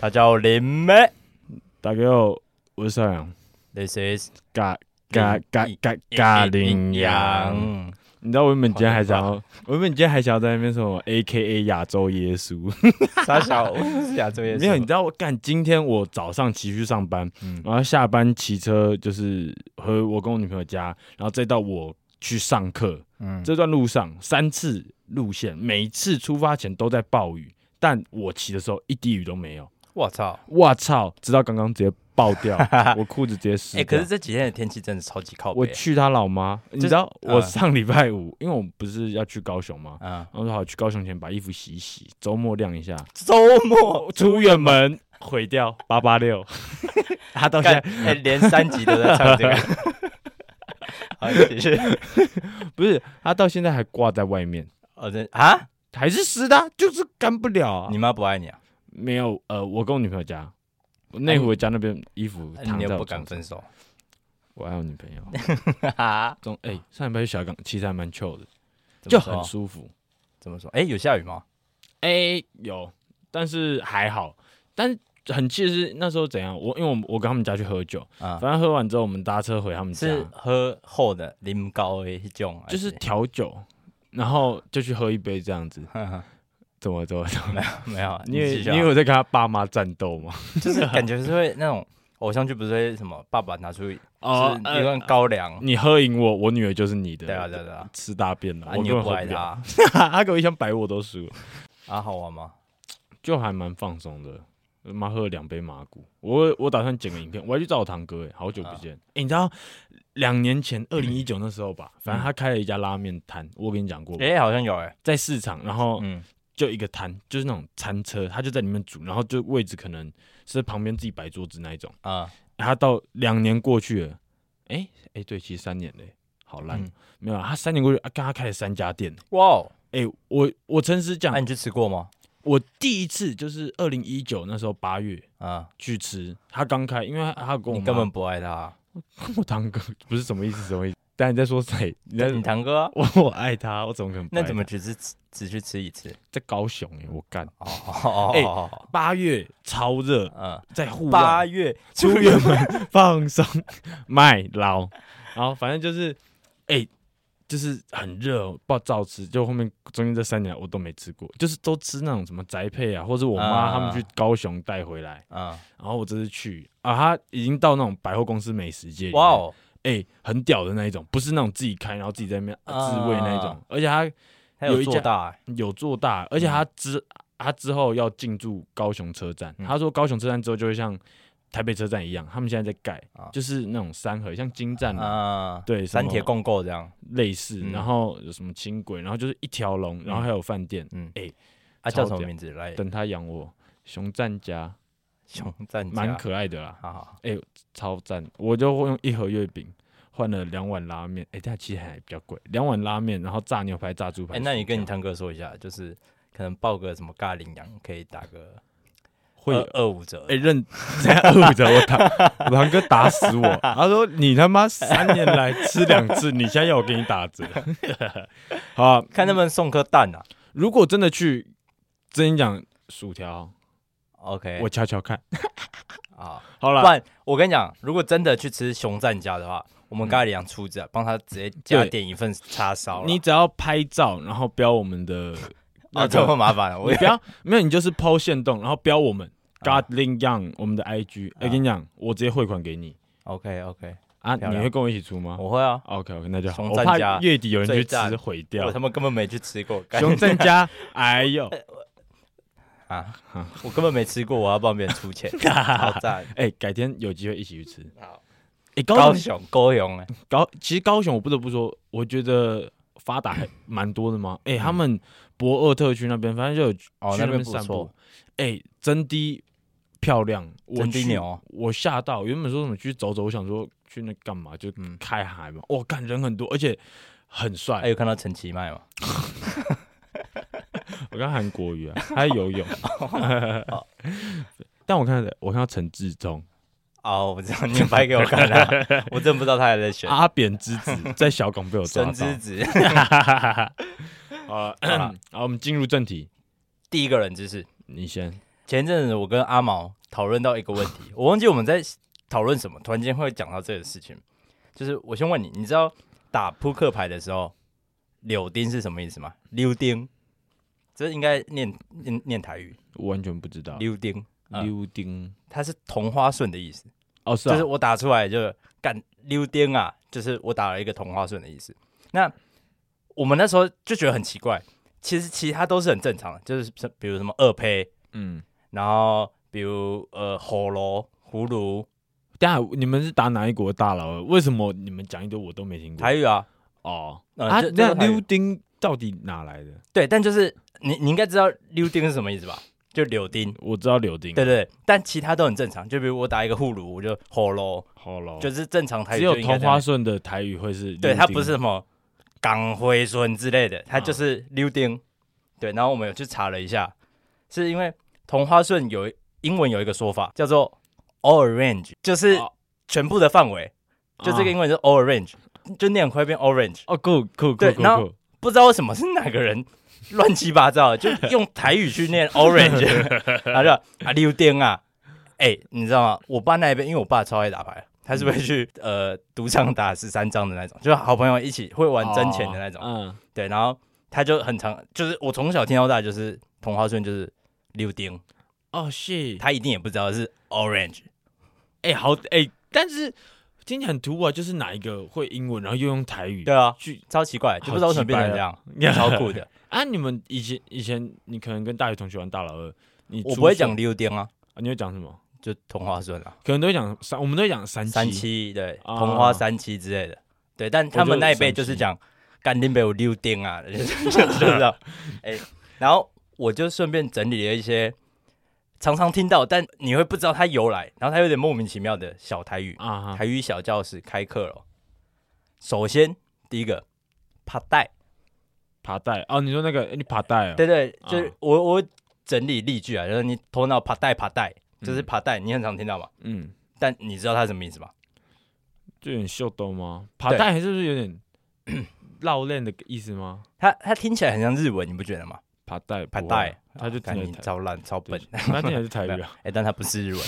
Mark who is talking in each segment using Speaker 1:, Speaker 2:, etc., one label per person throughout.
Speaker 1: 大家好，林妹
Speaker 2: 大家好，我是邵阳，
Speaker 1: ，This is
Speaker 2: 嘎嘎
Speaker 1: 嗯
Speaker 2: 嘎嘎嘎羚羊。你知道我原本今天还想要，我原本今天还想要在那边什么 A K A 亚洲 耶稣，
Speaker 1: 傻小，我是亚洲也
Speaker 2: 没有，你知道我干，今天我早上骑去上班，
Speaker 1: 嗯
Speaker 2: 然后下班骑车就是和我跟我女朋友家，然后再到我去上课，
Speaker 1: 嗯，
Speaker 2: 这段路上三次路线，每一次出发前都在暴雨，但我骑的时候一滴雨都没有。
Speaker 1: 我操！
Speaker 2: 哇操！直到刚刚直接爆 掉，我裤子直接湿
Speaker 1: 哎、
Speaker 2: 掉。
Speaker 1: 可是这几天的天气真的超级靠
Speaker 2: 我
Speaker 1: 北、
Speaker 2: 去他老妈，你
Speaker 1: 是
Speaker 2: 知道我
Speaker 1: 嗯
Speaker 2: 上礼拜五，因为我不是要去高雄吗？
Speaker 1: 啊！
Speaker 2: 然后说好去高雄前把衣服洗一洗，周末晾一下。
Speaker 1: 周末
Speaker 2: 出 远门毁掉八八六， 他到现
Speaker 1: 干，
Speaker 2: 在
Speaker 1: 哎、连三集都在唱这 个。好，继续。
Speaker 2: 不是他到现在还挂在外面，
Speaker 1: 哦，真啊？
Speaker 2: 还是湿的啊，就是干不了啊。
Speaker 1: 你妈不爱你啊？
Speaker 2: 没有呃，我跟我女朋友家，内湖的家那边衣服
Speaker 1: 哎
Speaker 2: 躺
Speaker 1: 你
Speaker 2: 在
Speaker 1: 又
Speaker 2: 我
Speaker 1: 不敢
Speaker 2: 床上。
Speaker 1: 分手？
Speaker 2: 我还有女 朋友，
Speaker 1: 哈 哈，
Speaker 2: 中哎、上礼拜去小港其实还蛮 chill 的，
Speaker 1: 怎
Speaker 2: 就
Speaker 1: 么说
Speaker 2: 很舒服。
Speaker 1: 怎么说？哎、有下雨吗？
Speaker 2: 哎、有，但是还好，但是很气的是那时候怎样？我因为我们我跟他们家去喝酒，
Speaker 1: 啊、
Speaker 2: 反正喝完之后我们搭车回他们家，
Speaker 1: 是喝厚的林高的一种，
Speaker 2: 就是
Speaker 1: 还
Speaker 2: 调酒，然后就去喝一杯这样子。
Speaker 1: 呵 呵
Speaker 2: 怎 么怎么？怎么
Speaker 1: 没有啊，
Speaker 2: 你有
Speaker 1: 继续
Speaker 2: 你
Speaker 1: 啊
Speaker 2: 有在跟他爸妈战 斗吗？
Speaker 1: 就是感觉是会那种偶像剧，不是会什么爸爸拿出一
Speaker 2: 哦
Speaker 1: 就是
Speaker 2: 呃
Speaker 1: 一罐高粱，
Speaker 2: 你喝赢我，我女儿就是你的。
Speaker 1: 对啊对啊对啊，
Speaker 2: 吃大便了，
Speaker 1: 啊
Speaker 2: 我
Speaker 1: 你又
Speaker 2: 根本
Speaker 1: 不
Speaker 2: 喝
Speaker 1: 爱
Speaker 2: 不了。
Speaker 1: 他
Speaker 2: 他给我一箱白我都输了，
Speaker 1: 啊，好玩吗？
Speaker 2: 就还蛮放松的。他妈喝了两杯麻古，我我打算剪个影片，我还去找我堂哥哎、好
Speaker 1: 啊
Speaker 2: 久不见。哎、你知道两年前二零一九那时候吧，反
Speaker 1: 嗯
Speaker 2: 正他开了一家拉面摊，我跟你讲过吧，
Speaker 1: 哎，好像有哎，
Speaker 2: 在市场，然后
Speaker 1: 嗯，
Speaker 2: 就一个摊，就是那种餐车，他就在里面煮，然后就位置可能是旁边自己摆桌子那一种。
Speaker 1: 啊，
Speaker 2: 他到两年过去了，哎、哎、对，其实三年嘞、好烂，
Speaker 1: 嗯
Speaker 2: 没有啊，他三年过去，啊，刚他开了三家店，
Speaker 1: 哇哦，
Speaker 2: 哎、我我诚实讲
Speaker 1: 那，啊你去吃过吗？
Speaker 2: 我第一次就是二零一九那时候八月
Speaker 1: 啊，
Speaker 2: 去吃，他刚开，因为他他跟我
Speaker 1: 你
Speaker 2: 妈
Speaker 1: 根本不爱他，
Speaker 2: 跟我堂哥不是什么意思，什么意思？但你在说谁？你在
Speaker 1: 你堂哥啊，
Speaker 2: 我我爱他，我怎么可能不
Speaker 1: 那
Speaker 2: 爱他？
Speaker 1: 怎么只是只去吃一次？
Speaker 2: 在高雄、欸？我干，
Speaker 1: 哦哦
Speaker 2: 哎
Speaker 1: 哦哦，
Speaker 2: 八月超热，
Speaker 1: 哦
Speaker 2: 在户
Speaker 1: 嗯，
Speaker 2: 外
Speaker 1: 八月
Speaker 2: 出远门 放松卖老，然后反正就是，哎、就是很热，哦不知道照吃。就后面中间这三年来我都没吃过，就是都吃那种什么宅配啊，或是我妈
Speaker 1: 啊
Speaker 2: 他们去高雄带回来。
Speaker 1: 啊，
Speaker 2: 然后我这次去啊，他已经到那种百货公司美食街，
Speaker 1: 哇，哦，
Speaker 2: 哎、很屌的那一种，不是那种自己开然后自己在那边
Speaker 1: 啊
Speaker 2: 自慰那一种，而且他
Speaker 1: 他
Speaker 2: 有
Speaker 1: 有
Speaker 2: 一家
Speaker 1: 做大哎，
Speaker 2: 有做大，而且
Speaker 1: 嗯
Speaker 2: 他之他之后要进驻高雄车站，
Speaker 1: 嗯
Speaker 2: 他说高雄车站之后就会像台北车站一样，他们现在在盖，
Speaker 1: 啊
Speaker 2: 就是那种三合，像金站啊
Speaker 1: 啊，
Speaker 2: 对什么
Speaker 1: 三铁共构这样，
Speaker 2: 类似，
Speaker 1: 嗯
Speaker 2: 然后有什么轻轨，然后就是一条龙，然后还有饭店。
Speaker 1: 嗯，
Speaker 2: 哎
Speaker 1: 啊叫
Speaker 2: 超
Speaker 1: 什么
Speaker 2: 屌
Speaker 1: 名字？来，
Speaker 2: 等他养我，熊赞家
Speaker 1: 熊赞家
Speaker 2: 蛮，可爱的啦，
Speaker 1: 好好，
Speaker 2: 超赞！我就会用一盒月饼换了两碗拉面，哎、但其实还比较贵，两碗拉面，然后炸牛排、炸猪排
Speaker 1: 哎、
Speaker 2: 薯条。
Speaker 1: 那你跟你堂哥说一下，就是可能报个什么咖喱羊，可以打个
Speaker 2: 会
Speaker 1: 二二五折。
Speaker 2: 哎、认在二五折，我堂我堂哥打死我，他说你他妈三年来吃两次，你现在要我给你打折， 好啊、
Speaker 1: 看能不能送颗蛋啊
Speaker 2: 如果真的去，真心讲薯条，
Speaker 1: ？OK，
Speaker 2: 我瞧瞧看，
Speaker 1: 啊，
Speaker 2: 好
Speaker 1: 不
Speaker 2: 了，
Speaker 1: 然我跟你讲，如果真的去吃熊赞家的话，我们咖喱羊出着，啊帮他直接加
Speaker 2: 对
Speaker 1: 点一份叉烧啦。
Speaker 2: 你只要拍照，然后标我们的
Speaker 1: 啊，
Speaker 2: 那
Speaker 1: 这么
Speaker 2: 个，
Speaker 1: 麻烦啊，我
Speaker 2: 你不要没有，你就是抛线动，然后标我们
Speaker 1: 啊
Speaker 2: Godling Young 我们的 IG，哎、
Speaker 1: 啊
Speaker 2: 跟你讲，我直接汇款给你
Speaker 1: OK OK，
Speaker 2: 啊，
Speaker 1: 漂
Speaker 2: 你
Speaker 1: 亮
Speaker 2: 会跟我一起出吗
Speaker 1: 我会啊，
Speaker 2: ？OK OK，那就好，
Speaker 1: 熊
Speaker 2: 我
Speaker 1: 赞
Speaker 2: 怕
Speaker 1: 家
Speaker 2: 月底有人去
Speaker 1: 最赞
Speaker 2: 吃毁掉
Speaker 1: 我他。妈根本没去吃过，干
Speaker 2: 啊熊正家，哎呦，
Speaker 1: 啊
Speaker 2: 啊，
Speaker 1: 我根本没吃过，我要帮别人 出钱，好赞。
Speaker 2: 哎、改天有机会一起去吃。
Speaker 1: 好
Speaker 2: 哎、高
Speaker 1: 高
Speaker 2: 雄
Speaker 1: 雄高雄哎，
Speaker 2: 高，其实高雄我不得不说，我觉得发达还蛮多的嘛。哎、他们博尔特区那边，反正就有去
Speaker 1: 哦
Speaker 2: 那
Speaker 1: 那边不
Speaker 2: 散步
Speaker 1: 错。
Speaker 2: 哎、真的漂亮，我
Speaker 1: 真的
Speaker 2: 去
Speaker 1: 牛，
Speaker 2: 我吓到。原本说什么去走走，我想说去那干嘛，就
Speaker 1: 嗯
Speaker 2: 开海嘛。哇，看人很多，而且很帅。
Speaker 1: 哎有看到陈其迈吗？
Speaker 2: 我看韩国语啊，还游泳。但我看到我看到陈志忠，
Speaker 1: 哦，我知道，你拍给我看 啊，我真不知道他还在选。
Speaker 2: 阿扁之子 在小港啊被我抓
Speaker 1: 神
Speaker 2: 到
Speaker 1: 之。子，啊
Speaker 2: 好了，好，我们进入正题。
Speaker 1: 第一个人就是
Speaker 2: 你先，
Speaker 1: 前阵子我跟阿毛讨论到一个问题， 我忘记我们在讨论什么，突然间会讲到这个事情。就是我先问你，你知道打扑克牌的时候柳丁是什么意思吗？溜丁，这应该念念念台语，
Speaker 2: 我完全不知道。
Speaker 1: 溜丁，嗯
Speaker 2: 溜丁
Speaker 1: 它是同花顺的意思。
Speaker 2: 哦，是
Speaker 1: 就
Speaker 2: 啊
Speaker 1: 是，我打出来就干溜颠啊，就是我打了一个同花顺的意思。那我们那时候就觉得很奇怪，其实其他都是很正常的，就是比如什么二胚，
Speaker 2: 嗯，
Speaker 1: 然后比如呃火炉、葫芦、
Speaker 2: 等一下你们是打哪一国的大佬？为什么你们讲一堆我都没听过？
Speaker 1: 台语啊，
Speaker 2: 哦
Speaker 1: 呃
Speaker 2: 啊
Speaker 1: 这，这
Speaker 2: 那
Speaker 1: 是台语
Speaker 2: 溜丁到底哪来的？
Speaker 1: 对，但就是你你应该知道溜丁是什么意思吧？就柳丁，
Speaker 2: 我知道柳丁，
Speaker 1: 对对对，但其他都很正常，就比如我打一个葫芦，我就火炉，
Speaker 2: 好了，
Speaker 1: 就是正常台语
Speaker 2: 只
Speaker 1: 就
Speaker 2: 有
Speaker 1: 应该
Speaker 2: 同
Speaker 1: 这样
Speaker 2: 花顺的台语会是溜丁，哦
Speaker 1: 对，它不是什么港徽孙之类的，它就是溜丁。对，然后我们有去查了一下，是因为同花顺有一英文有一个说法叫做 orange，就是
Speaker 2: 哦
Speaker 1: 全部的范围，就这个英
Speaker 2: 啊
Speaker 1: 文是 orange，就念很快变 orange。
Speaker 2: 哦，够够够
Speaker 1: 对然后
Speaker 2: 够，
Speaker 1: 不知道为什么是哪个人乱七八糟的，就用台语去念 orange，然后就啊溜丁啊，哎、你知道吗？我爸那边，因为我爸超爱打牌，他是会去、
Speaker 2: 嗯
Speaker 1: 呃赌场打十三张的那种，就是好朋友一起会玩真钱的那种。
Speaker 2: 哦
Speaker 1: 对，然后他就很常，就是我从小听到大就是同花顺就是溜丁，
Speaker 2: 嗯，哦是，
Speaker 1: 他一定也不知道是 orange，
Speaker 2: 哎好哎，但是今天很突兀啊，就是哪一个会英文，然后又用台语
Speaker 1: 对啊，
Speaker 2: 去
Speaker 1: 超奇怪，就不知道为什么变成这样，超酷的。
Speaker 2: 啊？你们以前以前你可能跟大学同学玩大老二，你
Speaker 1: 我
Speaker 2: 出
Speaker 1: 不会
Speaker 2: 现
Speaker 1: 讲溜丁啊，
Speaker 2: 啊，你会讲什么？
Speaker 1: 就同花顺啊，
Speaker 2: 可能都会讲三，我们都会讲三
Speaker 1: 三七对，
Speaker 2: 啊
Speaker 1: 同花三七之类的，对，但他们那一辈就是讲干丁被有溜丁啊，就是 就是这样哎，然后我就顺便整理了一些。常常听到，但你会不知道它由来，然后它有点莫名其妙的小台语，
Speaker 2: 啊哈，
Speaker 1: 台语小教室开课了。首先，第一个，帕带，
Speaker 2: 爬带哦，你说那个哎你爬带啊？
Speaker 1: 对对，
Speaker 2: 啊
Speaker 1: 就是我我整理例句啊，就是你头脑帕带帕带，就是
Speaker 2: 嗯
Speaker 1: 帕带，你很常听到嘛。
Speaker 2: 嗯，
Speaker 1: 但你知道它什么意思吗？
Speaker 2: 就有点秀逗吗？爬带是不是有点 绕链的意思吗？
Speaker 1: 它它听起来很像日文，你不觉得吗？
Speaker 2: 爬带
Speaker 1: 帕
Speaker 2: 不会啊
Speaker 1: 带，
Speaker 2: 他就
Speaker 1: 看
Speaker 2: 听
Speaker 1: 你
Speaker 2: 起来
Speaker 1: 超烂超笨
Speaker 2: 对，那听起来是台语 啊。
Speaker 1: 哎，但它不是日文，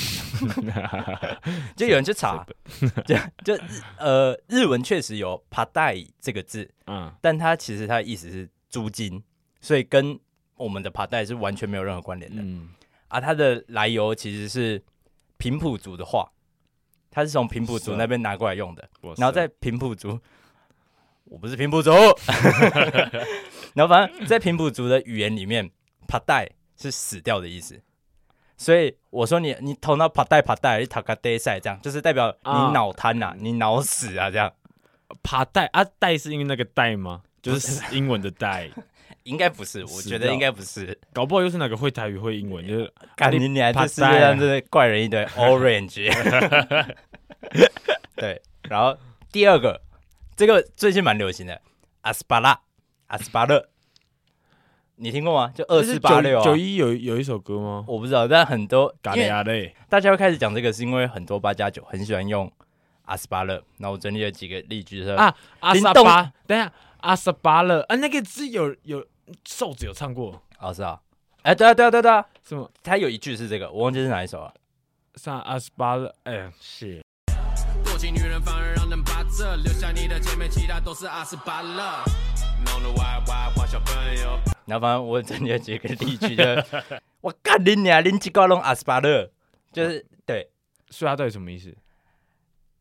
Speaker 1: 就有人去查， 就就日呃日文确实有帕带这个字，
Speaker 2: 嗯，
Speaker 1: 但它其实它的意思是租金，所以跟我们的帕带是完全没有任何关联的。
Speaker 2: 嗯，
Speaker 1: 啊，它的来由其实是平埔族的话，它是从平埔
Speaker 2: 是
Speaker 1: 族
Speaker 2: 啊
Speaker 1: 那边拿过来用的，
Speaker 2: 哇塞
Speaker 1: 然后在平埔族，我不是平埔 族，然后反正在平埔族的语言里面，帕带是死掉的意思。所以我说你你头脑帕带帕带，你塔卡呆塞这样，就是代表你
Speaker 2: 啊
Speaker 1: 脑瘫呐，你脑死啊这样，
Speaker 2: 爬带啊，带是因为那个带吗？就是英文 的带，
Speaker 1: 应该不是，我
Speaker 2: 死
Speaker 1: 觉得
Speaker 2: 掉
Speaker 1: 应该不是。
Speaker 2: 搞不好又是哪个会台语会英文，就是
Speaker 1: 感
Speaker 2: 啊
Speaker 1: 觉哦你还
Speaker 2: 怕
Speaker 1: 这世界
Speaker 2: 呆啊
Speaker 1: 上真的怪人一堆，orange。对，然后第二个，这个最近蛮流行的，阿斯巴拉，阿斯巴勒，你听过吗？就二四八六啊
Speaker 2: 这是九九一有有一首歌吗？
Speaker 1: 我不知道，但很多
Speaker 2: 嘎
Speaker 1: 因
Speaker 2: 嘞
Speaker 1: 为
Speaker 2: 啊嘞，
Speaker 1: 大家会开始讲这个，是因为很多八加九很喜欢用阿斯巴勒。然后我整理了几个例句，说
Speaker 2: 啊阿
Speaker 1: 叮
Speaker 2: 萨
Speaker 1: 咚
Speaker 2: 巴，等一下阿萨巴勒啊，那个是有有瘦子有唱过
Speaker 1: 哦是啊，哎对啊对啊对啊对啊，
Speaker 2: 什么？
Speaker 1: 他有一句是这个，我忘记是哪一首啊了。
Speaker 2: 上阿斯巴勒，哎呀，是
Speaker 3: 过气女人反而让人巴着，留下你的姐妹，其他都是阿斯巴勒。弄得歪歪花小朋友。
Speaker 1: 然后反正我整理了几个例句，就是 我干你娘，你几个弄阿斯巴勒，就是对
Speaker 2: 所以它到底什么意思？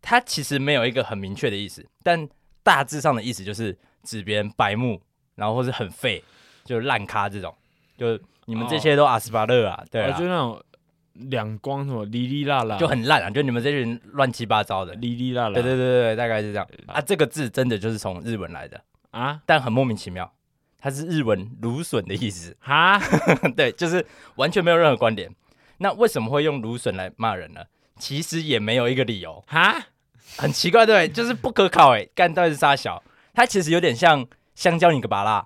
Speaker 1: 它其实没有一个很明确的意思，但大致上的意思就是指别人白目，然后或是很废，就是烂咖这种，就是你们这些都阿斯巴勒啊，对
Speaker 2: 啊，
Speaker 1: 啊
Speaker 2: 就，那种两光什么哩哩啦啦，
Speaker 1: 就很烂啊，就你们这群乱七八糟的，
Speaker 2: 哩哩啦啦，
Speaker 1: 对对对对，对大概是这样啊。这个字真的就是从日文来的，
Speaker 2: 啊
Speaker 1: 但很莫名其妙，它是日文芦笋的意思。
Speaker 2: 哈，
Speaker 1: 对，就是完全没有任何观点。那为什么会用芦笋来骂人呢？其实也没有一个理由，
Speaker 2: 哈，
Speaker 1: 很奇怪，对不对，就是不可考哎、干到底是啥小？它其实有点像香蕉你个拔辣，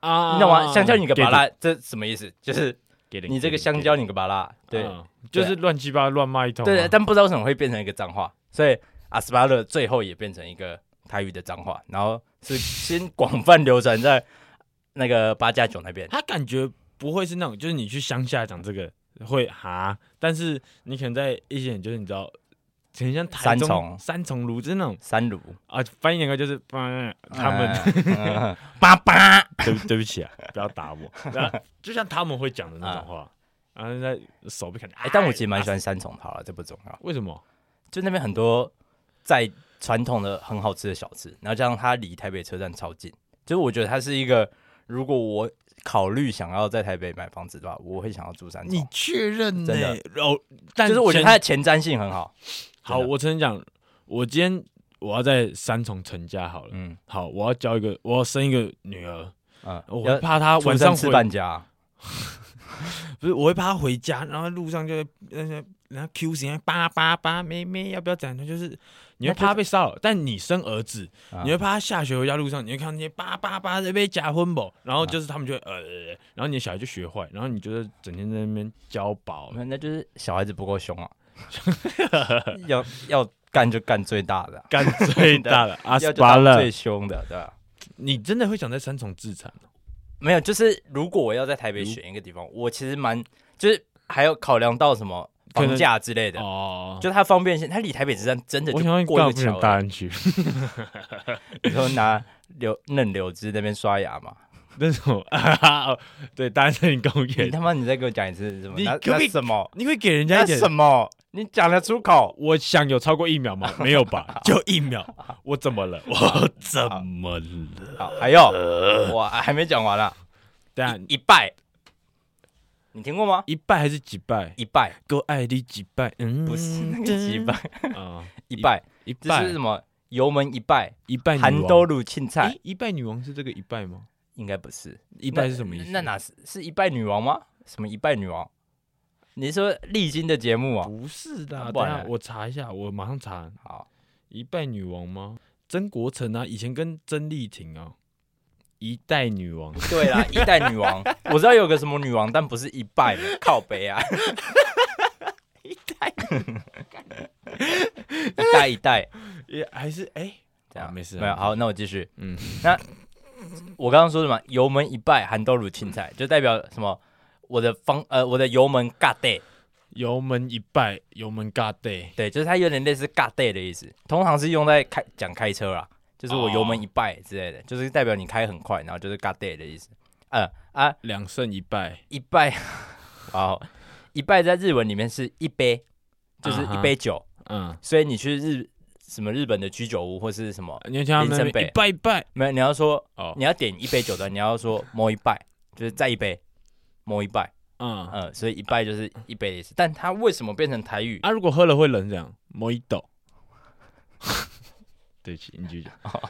Speaker 2: 啊，
Speaker 1: 你知道吗？香蕉你个拔
Speaker 2: get
Speaker 1: 辣，这什么意思？就是
Speaker 2: it，get it，
Speaker 1: 你这个
Speaker 2: get it，
Speaker 1: 香蕉
Speaker 2: get
Speaker 1: 你个拔辣，
Speaker 2: it，
Speaker 1: 对
Speaker 2: 嗯就是乱七八糟乱骂一通啊，
Speaker 1: 对，但不知道为什么会变成一个脏话，所以阿斯巴勒最后也变成一个台语的脏话，然后是先广泛流传在那个八加九那边。
Speaker 2: 他感觉不会是那种，就是你去乡下讲这个会哈，但是你可能在一些就是你知道，很像台
Speaker 1: 三
Speaker 2: 中
Speaker 1: 重
Speaker 2: 三重炉，就是那种
Speaker 1: 三炉，
Speaker 2: 啊，翻译两个就是嗯他们、
Speaker 1: 嗯嗯爸爸，
Speaker 2: 对不对不 起啊，不要打我。然后就像他们会讲的那种话，然后在手被砍。
Speaker 1: 嗯哎，但我其
Speaker 2: 姐
Speaker 1: 实蛮喜欢三重桃了，这不重要，
Speaker 2: 啊为什么？
Speaker 1: 就那边很多在传统的很好吃的小吃，然后加上它离台北车站超近，就是我觉得它是一个，如果我考虑想要在台北买房子的话，我会想要住三
Speaker 2: 你
Speaker 1: 重，
Speaker 2: 确认呢、
Speaker 1: 真的
Speaker 2: 哦，但
Speaker 1: 就是我觉得
Speaker 2: 前
Speaker 1: 它的前瞻性很好，
Speaker 2: 好，
Speaker 1: 真的
Speaker 2: 我曾经讲，我今天我要在三重成家好了。
Speaker 1: 嗯
Speaker 2: 好，我要交一个，我要生一个女儿，
Speaker 1: 嗯，
Speaker 2: 哦我
Speaker 1: 要
Speaker 2: 会怕她
Speaker 1: 出
Speaker 2: 晚
Speaker 1: 生
Speaker 2: 上
Speaker 1: 吃
Speaker 2: 回，
Speaker 1: 半家，
Speaker 2: 不是，我会怕她回家，然后路上就会那些，然后 Q 型叭叭叭，妹妹要不要讲？就是你会怕她被骚扰，但你生儿子，
Speaker 1: 啊
Speaker 2: 你会怕他下学回家路上，你会看到那些叭叭叭在被夹昏不？然
Speaker 1: 啊
Speaker 2: 后就是他们就会呃，然后你的小孩就学坏，然后你就是整天在那边教 宝，
Speaker 1: 那那就是小孩子不够凶 啊，要要干就干最大的啊，
Speaker 2: 干最大的 阿
Speaker 1: 要
Speaker 2: 斯
Speaker 1: 就当
Speaker 2: 巴勒
Speaker 1: 最，凶的，对吧、
Speaker 2: 你真的会想在三重自残？
Speaker 1: 没有，就是如果我要在台北选一个地方，我其实蛮就是还要考量到什么房价之类的，
Speaker 2: 哦，
Speaker 1: 就它方便性，它离台北车站真的
Speaker 2: 我想要
Speaker 1: 就
Speaker 2: 干
Speaker 1: 过
Speaker 2: 嘛
Speaker 1: 一
Speaker 2: 不
Speaker 1: 个桥
Speaker 2: 想大
Speaker 1: 而已。
Speaker 2: 安区？
Speaker 1: 你说拿柳嫩柳枝那边刷牙 嘛？
Speaker 2: 那种啊，哦对，大安森林公
Speaker 1: 你
Speaker 2: 园，
Speaker 1: 他妈你再给我讲一次什么？
Speaker 2: 你
Speaker 1: 那
Speaker 2: 可不可以
Speaker 1: 那什么？
Speaker 2: 你会给人家
Speaker 1: 那
Speaker 2: 一点
Speaker 1: 什么？你讲得出口？
Speaker 2: 我想有超过一秒 吗？没有吧，就一秒。我怎么了？ 我怎么了？
Speaker 1: 好，还有
Speaker 2: 呃
Speaker 1: 我还没讲完啦，
Speaker 2: 等一下
Speaker 1: 一拜，你听过吗？
Speaker 2: 啊一拜还是几拜？
Speaker 1: 一拜
Speaker 2: 够爱你几拜？嗯，
Speaker 1: 不是那个几拜，
Speaker 2: 啊，
Speaker 1: 一拜
Speaker 2: 一
Speaker 1: 这是
Speaker 2: 拜
Speaker 1: 什么？油门一拜，
Speaker 2: 一拜女
Speaker 1: 韩
Speaker 2: 王
Speaker 1: 兜鲁青菜
Speaker 2: 诶一拜女王是这个一拜吗？
Speaker 1: 应该不是。
Speaker 2: 一拜是什么意思？
Speaker 1: 那那哪是是一拜女王吗？什么一拜女王？你说历经的节目啊？
Speaker 2: 不是的，
Speaker 1: 啊
Speaker 2: 等
Speaker 1: 不
Speaker 2: 一
Speaker 1: 然
Speaker 2: 下
Speaker 1: 嘞
Speaker 2: 我查一下，我马上查。
Speaker 1: 好，
Speaker 2: 一拜女王吗？曾国城啊，以前跟曾丽婷啊，一代女王。
Speaker 1: 对啦，一代女王，我知道有个什么女王，但不是一拜嘛，靠北啊，一代，一代一代，
Speaker 2: 也还是哎、
Speaker 1: 这样
Speaker 2: 啊没事啊
Speaker 1: 没有好，那我继续，
Speaker 2: 嗯
Speaker 1: 嗯，那我刚刚说什么？油门一拜，韩兜乳青菜，就代表什么？我的方呃，我的油门尬 day，
Speaker 2: 油门一拜，油门尬 day。
Speaker 1: 对，就是它有点类似尬 day 的意思，通常是用在开讲开车啦，就是我
Speaker 2: 哦
Speaker 1: 油门一拜之类的，就是代表你开很快，然后就是尬 day 的意思。呃啊，
Speaker 2: 两胜一败，
Speaker 1: 一拜， 哦，一拜在日文里面是一杯，
Speaker 2: 啊
Speaker 1: 就是一杯酒
Speaker 2: 嗯，
Speaker 1: 所以你去日什么日本的居酒屋或是什么，
Speaker 2: 你要听他们那
Speaker 1: 林森
Speaker 2: 边
Speaker 1: 北
Speaker 2: 一拜一拜
Speaker 1: 没有你要说
Speaker 2: 哦，
Speaker 1: 你要点一杯酒的，你要说摸一拜，就是再一杯，摸一拜，
Speaker 2: 嗯
Speaker 1: 呃，所以一拜就是一杯的意思。但它为什么变成台语？
Speaker 2: 啊，如果喝了会冷这样，摸一抖。 对不起，你继续讲。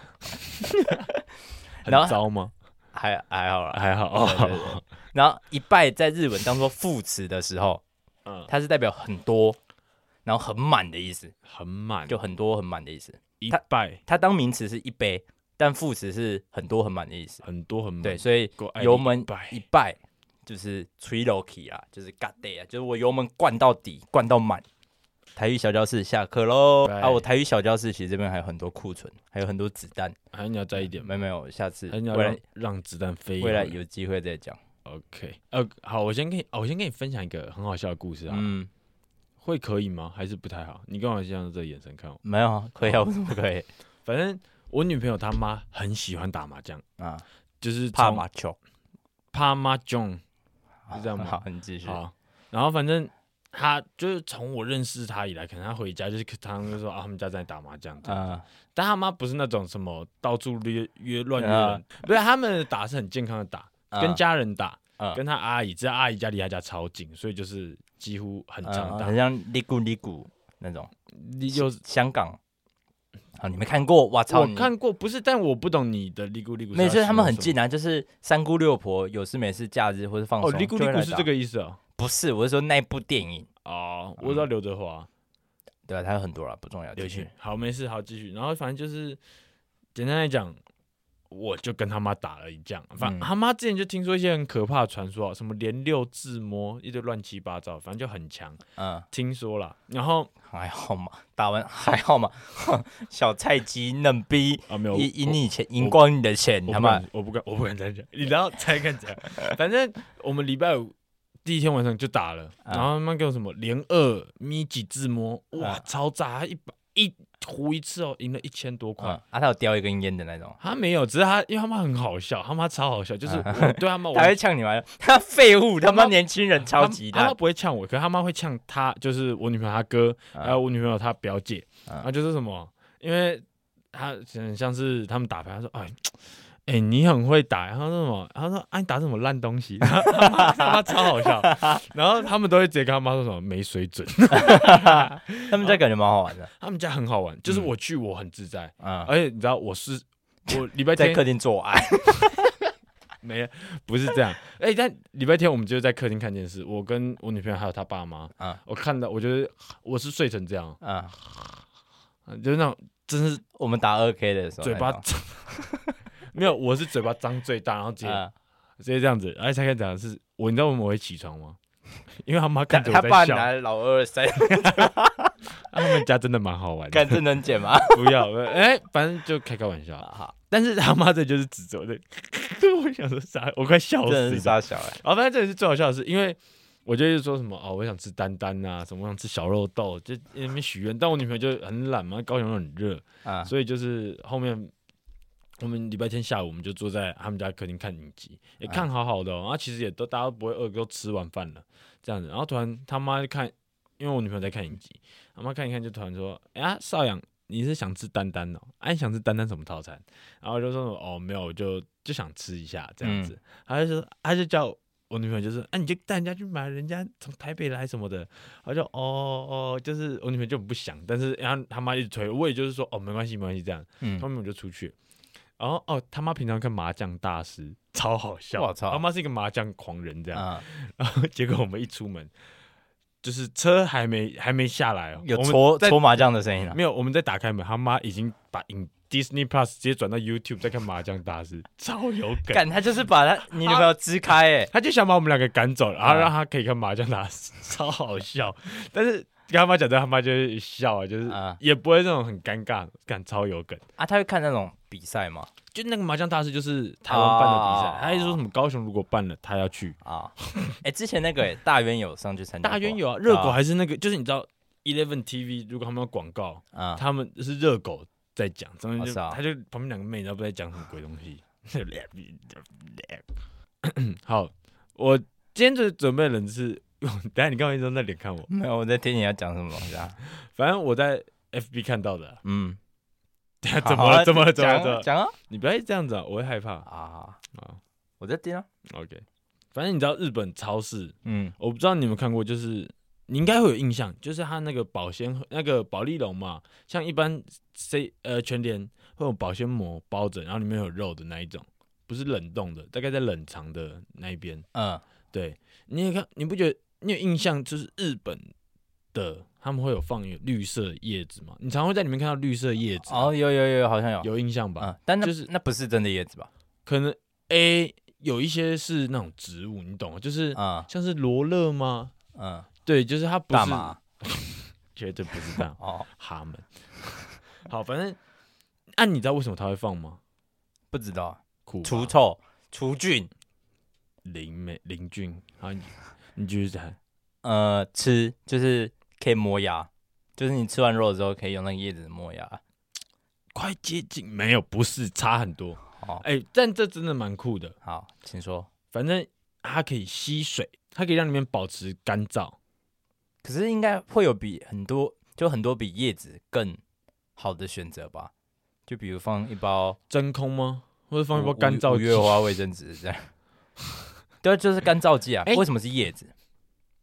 Speaker 1: 然后
Speaker 2: 很糟吗？
Speaker 1: 还还好啦，
Speaker 2: 还好哦。
Speaker 1: 对对对然后一拜在日文当做副词的时候，
Speaker 2: 嗯，
Speaker 1: 它是代表很多，然后很满的意思，
Speaker 2: 很满，
Speaker 1: 就很多很满的意思。
Speaker 2: 一
Speaker 1: 他
Speaker 2: 拜
Speaker 1: 它当名词是一杯，但副词是很多很满的意思。
Speaker 2: 很多很满。
Speaker 1: 对，所以
Speaker 2: 够嗯爱
Speaker 1: 油
Speaker 2: 你
Speaker 1: 门
Speaker 2: 一拜
Speaker 1: 一拜就是吹 l o k y 啊，就是嘎 day 啊，就是我油门灌到底，灌到满。台语小教室下课喽！
Speaker 2: 拜
Speaker 1: 啊，我台语小教室其实这边还有很多库存，还有很多子弹。
Speaker 2: 还是你要在一点
Speaker 1: 没有没有，下次
Speaker 2: 还是你
Speaker 1: 嗯
Speaker 2: 要
Speaker 1: 未
Speaker 2: 让
Speaker 1: 来
Speaker 2: 让子弹飞一会
Speaker 1: 未
Speaker 2: 儿。
Speaker 1: 来有机会再讲。
Speaker 2: OK，呃，好，我先跟你，哦我先跟你分享一个很好笑的故事啊，
Speaker 1: 嗯，
Speaker 2: 会可以吗？还是不太好？你干嘛这样这个眼神看我？
Speaker 1: 没有啊，可以啊，为什么不可以
Speaker 2: 反正我女朋友她妈很喜欢打麻将，
Speaker 1: 啊？
Speaker 2: 就是
Speaker 1: 怕
Speaker 2: 从
Speaker 1: 麻球，
Speaker 2: 怕麻将，是这样吗
Speaker 1: 好，你继续。
Speaker 2: 好，然后反正她就是从我认识她以来，可能她回家就是常常就说啊，他们家在打麻将，这样
Speaker 1: 嗯，
Speaker 2: 但她妈不是那种什么到处约约乱约
Speaker 1: 啊
Speaker 2: 人，不是他们打是很健康的打，跟家人打，
Speaker 1: 嗯
Speaker 2: 跟她阿姨，这阿姨家离她家超近，所以就是几乎很常
Speaker 1: 嗯
Speaker 2: 打
Speaker 1: 很，像利古利古那种
Speaker 2: 有
Speaker 1: 香港。好，你没看过？哇操！
Speaker 2: 我
Speaker 1: 你
Speaker 2: 看过，不是，但我不懂你的利咕利咕。
Speaker 1: 没有，就是他们很。近啊，就是三姑六婆有事没事假日或者放松。
Speaker 2: 哦，利咕利
Speaker 1: 就会来
Speaker 2: 咕是
Speaker 1: 打
Speaker 2: 这？个意思哦。
Speaker 1: 不是，我是说那部电影，
Speaker 2: 哦，我
Speaker 1: 嗯
Speaker 2: 知道刘德华，
Speaker 1: 对啊，它有很多了，不重要。
Speaker 2: 有
Speaker 1: 继续
Speaker 2: 趣。好，没事，好，继续。然后反正就是，简单来讲，我就跟他妈打了一架。反
Speaker 1: 嗯
Speaker 2: 正他妈之前就听说一些很可怕的传说啊，什么连六自摸，一堆乱七八糟，反正就很强。
Speaker 1: 嗯，
Speaker 2: 听说啦，然后
Speaker 1: 还好嘛，打完 还好嘛，小菜鸡嫩逼，
Speaker 2: 啊，没有，
Speaker 1: 赢赢
Speaker 2: 我
Speaker 1: 你钱，赢光你的钱，
Speaker 2: 我
Speaker 1: 他
Speaker 2: 不
Speaker 1: 妈
Speaker 2: 敢，我不敢，我不敢再讲，你然后才敢讲。反正我们礼拜五第一天晚上就打了，
Speaker 1: 啊
Speaker 2: 然后他妈给我什么连二咪几自摸，哇，
Speaker 1: 啊
Speaker 2: 超炸！他一把一胡一次哦，赢了一千多块。
Speaker 1: 嗯啊，他有叼一根烟的那种，
Speaker 2: 他没有，只是他因为他妈很好笑，他妈超好笑，就是
Speaker 1: 啊
Speaker 2: 我对他妈
Speaker 1: 他
Speaker 2: 哦我
Speaker 1: 会呛你玩， 他废物，他
Speaker 2: 他妈
Speaker 1: 妈年轻人超级
Speaker 2: 他，他
Speaker 1: 烂
Speaker 2: 妈，不会呛我，可是他妈会呛他，就是我女朋友他哥，
Speaker 1: 啊
Speaker 2: 还有我女朋友她表姐，
Speaker 1: 啊
Speaker 2: 然后就是什么，因为他很像是他们打牌，他说哎。哎、你很会打，然后说什么？他说：“啊，你打什么烂东西？” 他妈他妈超好笑。然后他们都会直接跟他妈说什么没水准。
Speaker 1: 他们家感觉蛮好玩的，
Speaker 2: 他们家很好玩，就是
Speaker 1: 嗯
Speaker 2: 我去我很自在，
Speaker 1: 嗯，
Speaker 2: 而且你知道我是我礼拜
Speaker 1: 在
Speaker 2: 天
Speaker 1: 客厅做爱，
Speaker 2: 没有，不是这样。哎、但礼拜天我们就在客厅看电视，我跟我女朋友还有她爸妈。
Speaker 1: 嗯
Speaker 2: 我看到，我觉得我是睡成这样，呃
Speaker 1: 嗯，
Speaker 2: 就是那种真是
Speaker 1: 我们打二 K 的时候那种，
Speaker 2: 嘴巴张， 没有，我是嘴巴张最大，然后直接、
Speaker 1: 嗯，
Speaker 2: 直接这样子，而且才开始讲的是我，你知道为什么我会起床吗？ 因为他妈
Speaker 1: 他
Speaker 2: 看着
Speaker 1: 他
Speaker 2: 我
Speaker 1: 爸
Speaker 2: 在笑，啊
Speaker 1: 拿老二塞，
Speaker 2: 他们家真的蛮好玩 的。
Speaker 1: 干这能剪吗？
Speaker 2: 不要，哎、反正就开开玩笑。
Speaker 1: 好，
Speaker 2: 但是他妈这就是指责我的， 我想说啥，我快笑
Speaker 1: 真
Speaker 2: 死
Speaker 1: 的是傻
Speaker 2: 了。
Speaker 1: 小哎，
Speaker 2: 啊，反正这也是最好笑的是，因为我就是说什么哦，我想吃丹丹啊，什么我想吃小肉豆，就在那边许愿。但我女朋友就很懒嘛，高雄又很热，
Speaker 1: 啊，
Speaker 2: 所以就是后面我们礼拜天下午我们就坐在他们家客厅看影集，也
Speaker 1: 啊
Speaker 2: 看好好的、哦，然后其实也都大家都不会饿，都吃完饭了这样子。然后突然他妈就看，因为我女朋友在看影集，他妈看一看就突然说：“哎、呀，少阳，你是想吃丹丹哦？哎、你想吃丹丹什么套餐？”然后我就说什么：“哦，没有，我就就想吃一下这样子。
Speaker 1: 嗯
Speaker 2: 他就说，他就叫我女朋友，就是啊，你就带人家去买，人家从台北来什么的。我就哦哦，就是我女朋友就很不想，但是然后他妈一直催，我也就是说哦，没关系，没关系这样。
Speaker 1: 嗯
Speaker 2: 后，面我就出去，然后哦，他妈平常看麻将大师，超好笑，
Speaker 1: 我操
Speaker 2: 他妈是一个麻将狂人这样。
Speaker 1: 啊，
Speaker 2: 然后 结果我们一出门，就是车还没还没下来哦，
Speaker 1: 有
Speaker 2: 我们
Speaker 1: 搓
Speaker 2: 在
Speaker 1: 搓麻将的声音啊了，
Speaker 2: 没有，我们在打开门，他妈已经把影 Disney Plus 直接转到 YouTube 在看麻将大师， 超有梗。
Speaker 1: 干他就是把他你女朋友支开哎，
Speaker 2: 他就想把我们两个赶走，然后
Speaker 1: 啊
Speaker 2: 让他可以跟麻将打， 超好笑。但是跟他妈讲，这他妈就是笑啊，就是
Speaker 1: 啊
Speaker 2: 也不会那种很尴尬，感超有梗。
Speaker 1: 啊，他会看那种比赛吗？
Speaker 2: 就那个麻将大师，就是台湾办的比赛
Speaker 1: 哦，
Speaker 2: 他一直说什么高雄如果办了，他要去。
Speaker 1: 啊， 哎，之前那个哎大渊有上去参加过，
Speaker 2: 大渊有啊，热狗
Speaker 1: 啊
Speaker 2: 还是那个，就是你知道 Eleven TV 如果他们有广告，
Speaker 1: 啊，
Speaker 2: 他们是热狗在讲，然后
Speaker 1: 哦
Speaker 2: 就是
Speaker 1: 啊
Speaker 2: 他就旁边两个妹，然后不知道在讲什么鬼东西。 好，我今天就准备的人是， 等一下你刚刚一直在脸 看我，
Speaker 1: 没有我在听你要讲什么东西啊，
Speaker 2: 反正我在 FB 看到的啊、
Speaker 1: 嗯，
Speaker 2: 等下怎么了？怎么了？怎么了？
Speaker 1: 讲
Speaker 2: 怎么
Speaker 1: 啊
Speaker 2: 了？
Speaker 1: 讲啊
Speaker 2: 你不要一直这样子啊，我会害怕。
Speaker 1: 啊
Speaker 2: 啊
Speaker 1: 我在听啊，
Speaker 2: OK，反正你知道日本超市，
Speaker 1: 嗯
Speaker 2: 我不知道你有没有看过，就是你应该会有印象，就是它那个保鲜盒那个保丽龙嘛，像一般 C 呃全联会有保鲜膜包着，然后里面有肉的那一种，不是冷冻的，大概在冷藏的那一边。
Speaker 1: 嗯
Speaker 2: 对，你也看，你不觉得你有印象？就是日本的他们会有放有绿色叶子嘛？你常会在里面看到绿色叶子，
Speaker 1: 哦有有有好像有
Speaker 2: 有印象吧？
Speaker 1: 嗯，但那
Speaker 2: 就是
Speaker 1: 那不是真的叶子吧？
Speaker 2: 可能 A 有一些是那种植物，你懂吗？就是、
Speaker 1: 嗯
Speaker 2: 像是罗勒吗？
Speaker 1: 嗯，
Speaker 2: 对，就是它不是
Speaker 1: 大麻
Speaker 2: 绝对不是大麻
Speaker 1: 哦，
Speaker 2: 哈们。好，反正那、啊你知道为什么它会放吗？
Speaker 1: 不知道
Speaker 2: 苦吧
Speaker 1: 除臭除菌，
Speaker 2: 林美林俊，好，你你继续猜。
Speaker 1: 呃，吃就是可以磨牙，就是你吃完肉之后可以用那个叶子磨牙。
Speaker 2: 快接近没有，不是差很多。
Speaker 1: 哦，
Speaker 2: 哎、但这真的蛮酷的。
Speaker 1: 好，请说。
Speaker 2: 反正它可以吸水，它可以让里面保持干燥。
Speaker 1: 可是应该会有比很多，就很多比叶子更好的选择吧？就比如放一包
Speaker 2: 真空吗？或者放一包
Speaker 1: 五
Speaker 2: 干燥
Speaker 1: 五月
Speaker 2: 剂？
Speaker 1: 花卫生纸这样。 对，就是干燥剂啊。
Speaker 2: 哎
Speaker 1: 为什么是叶子？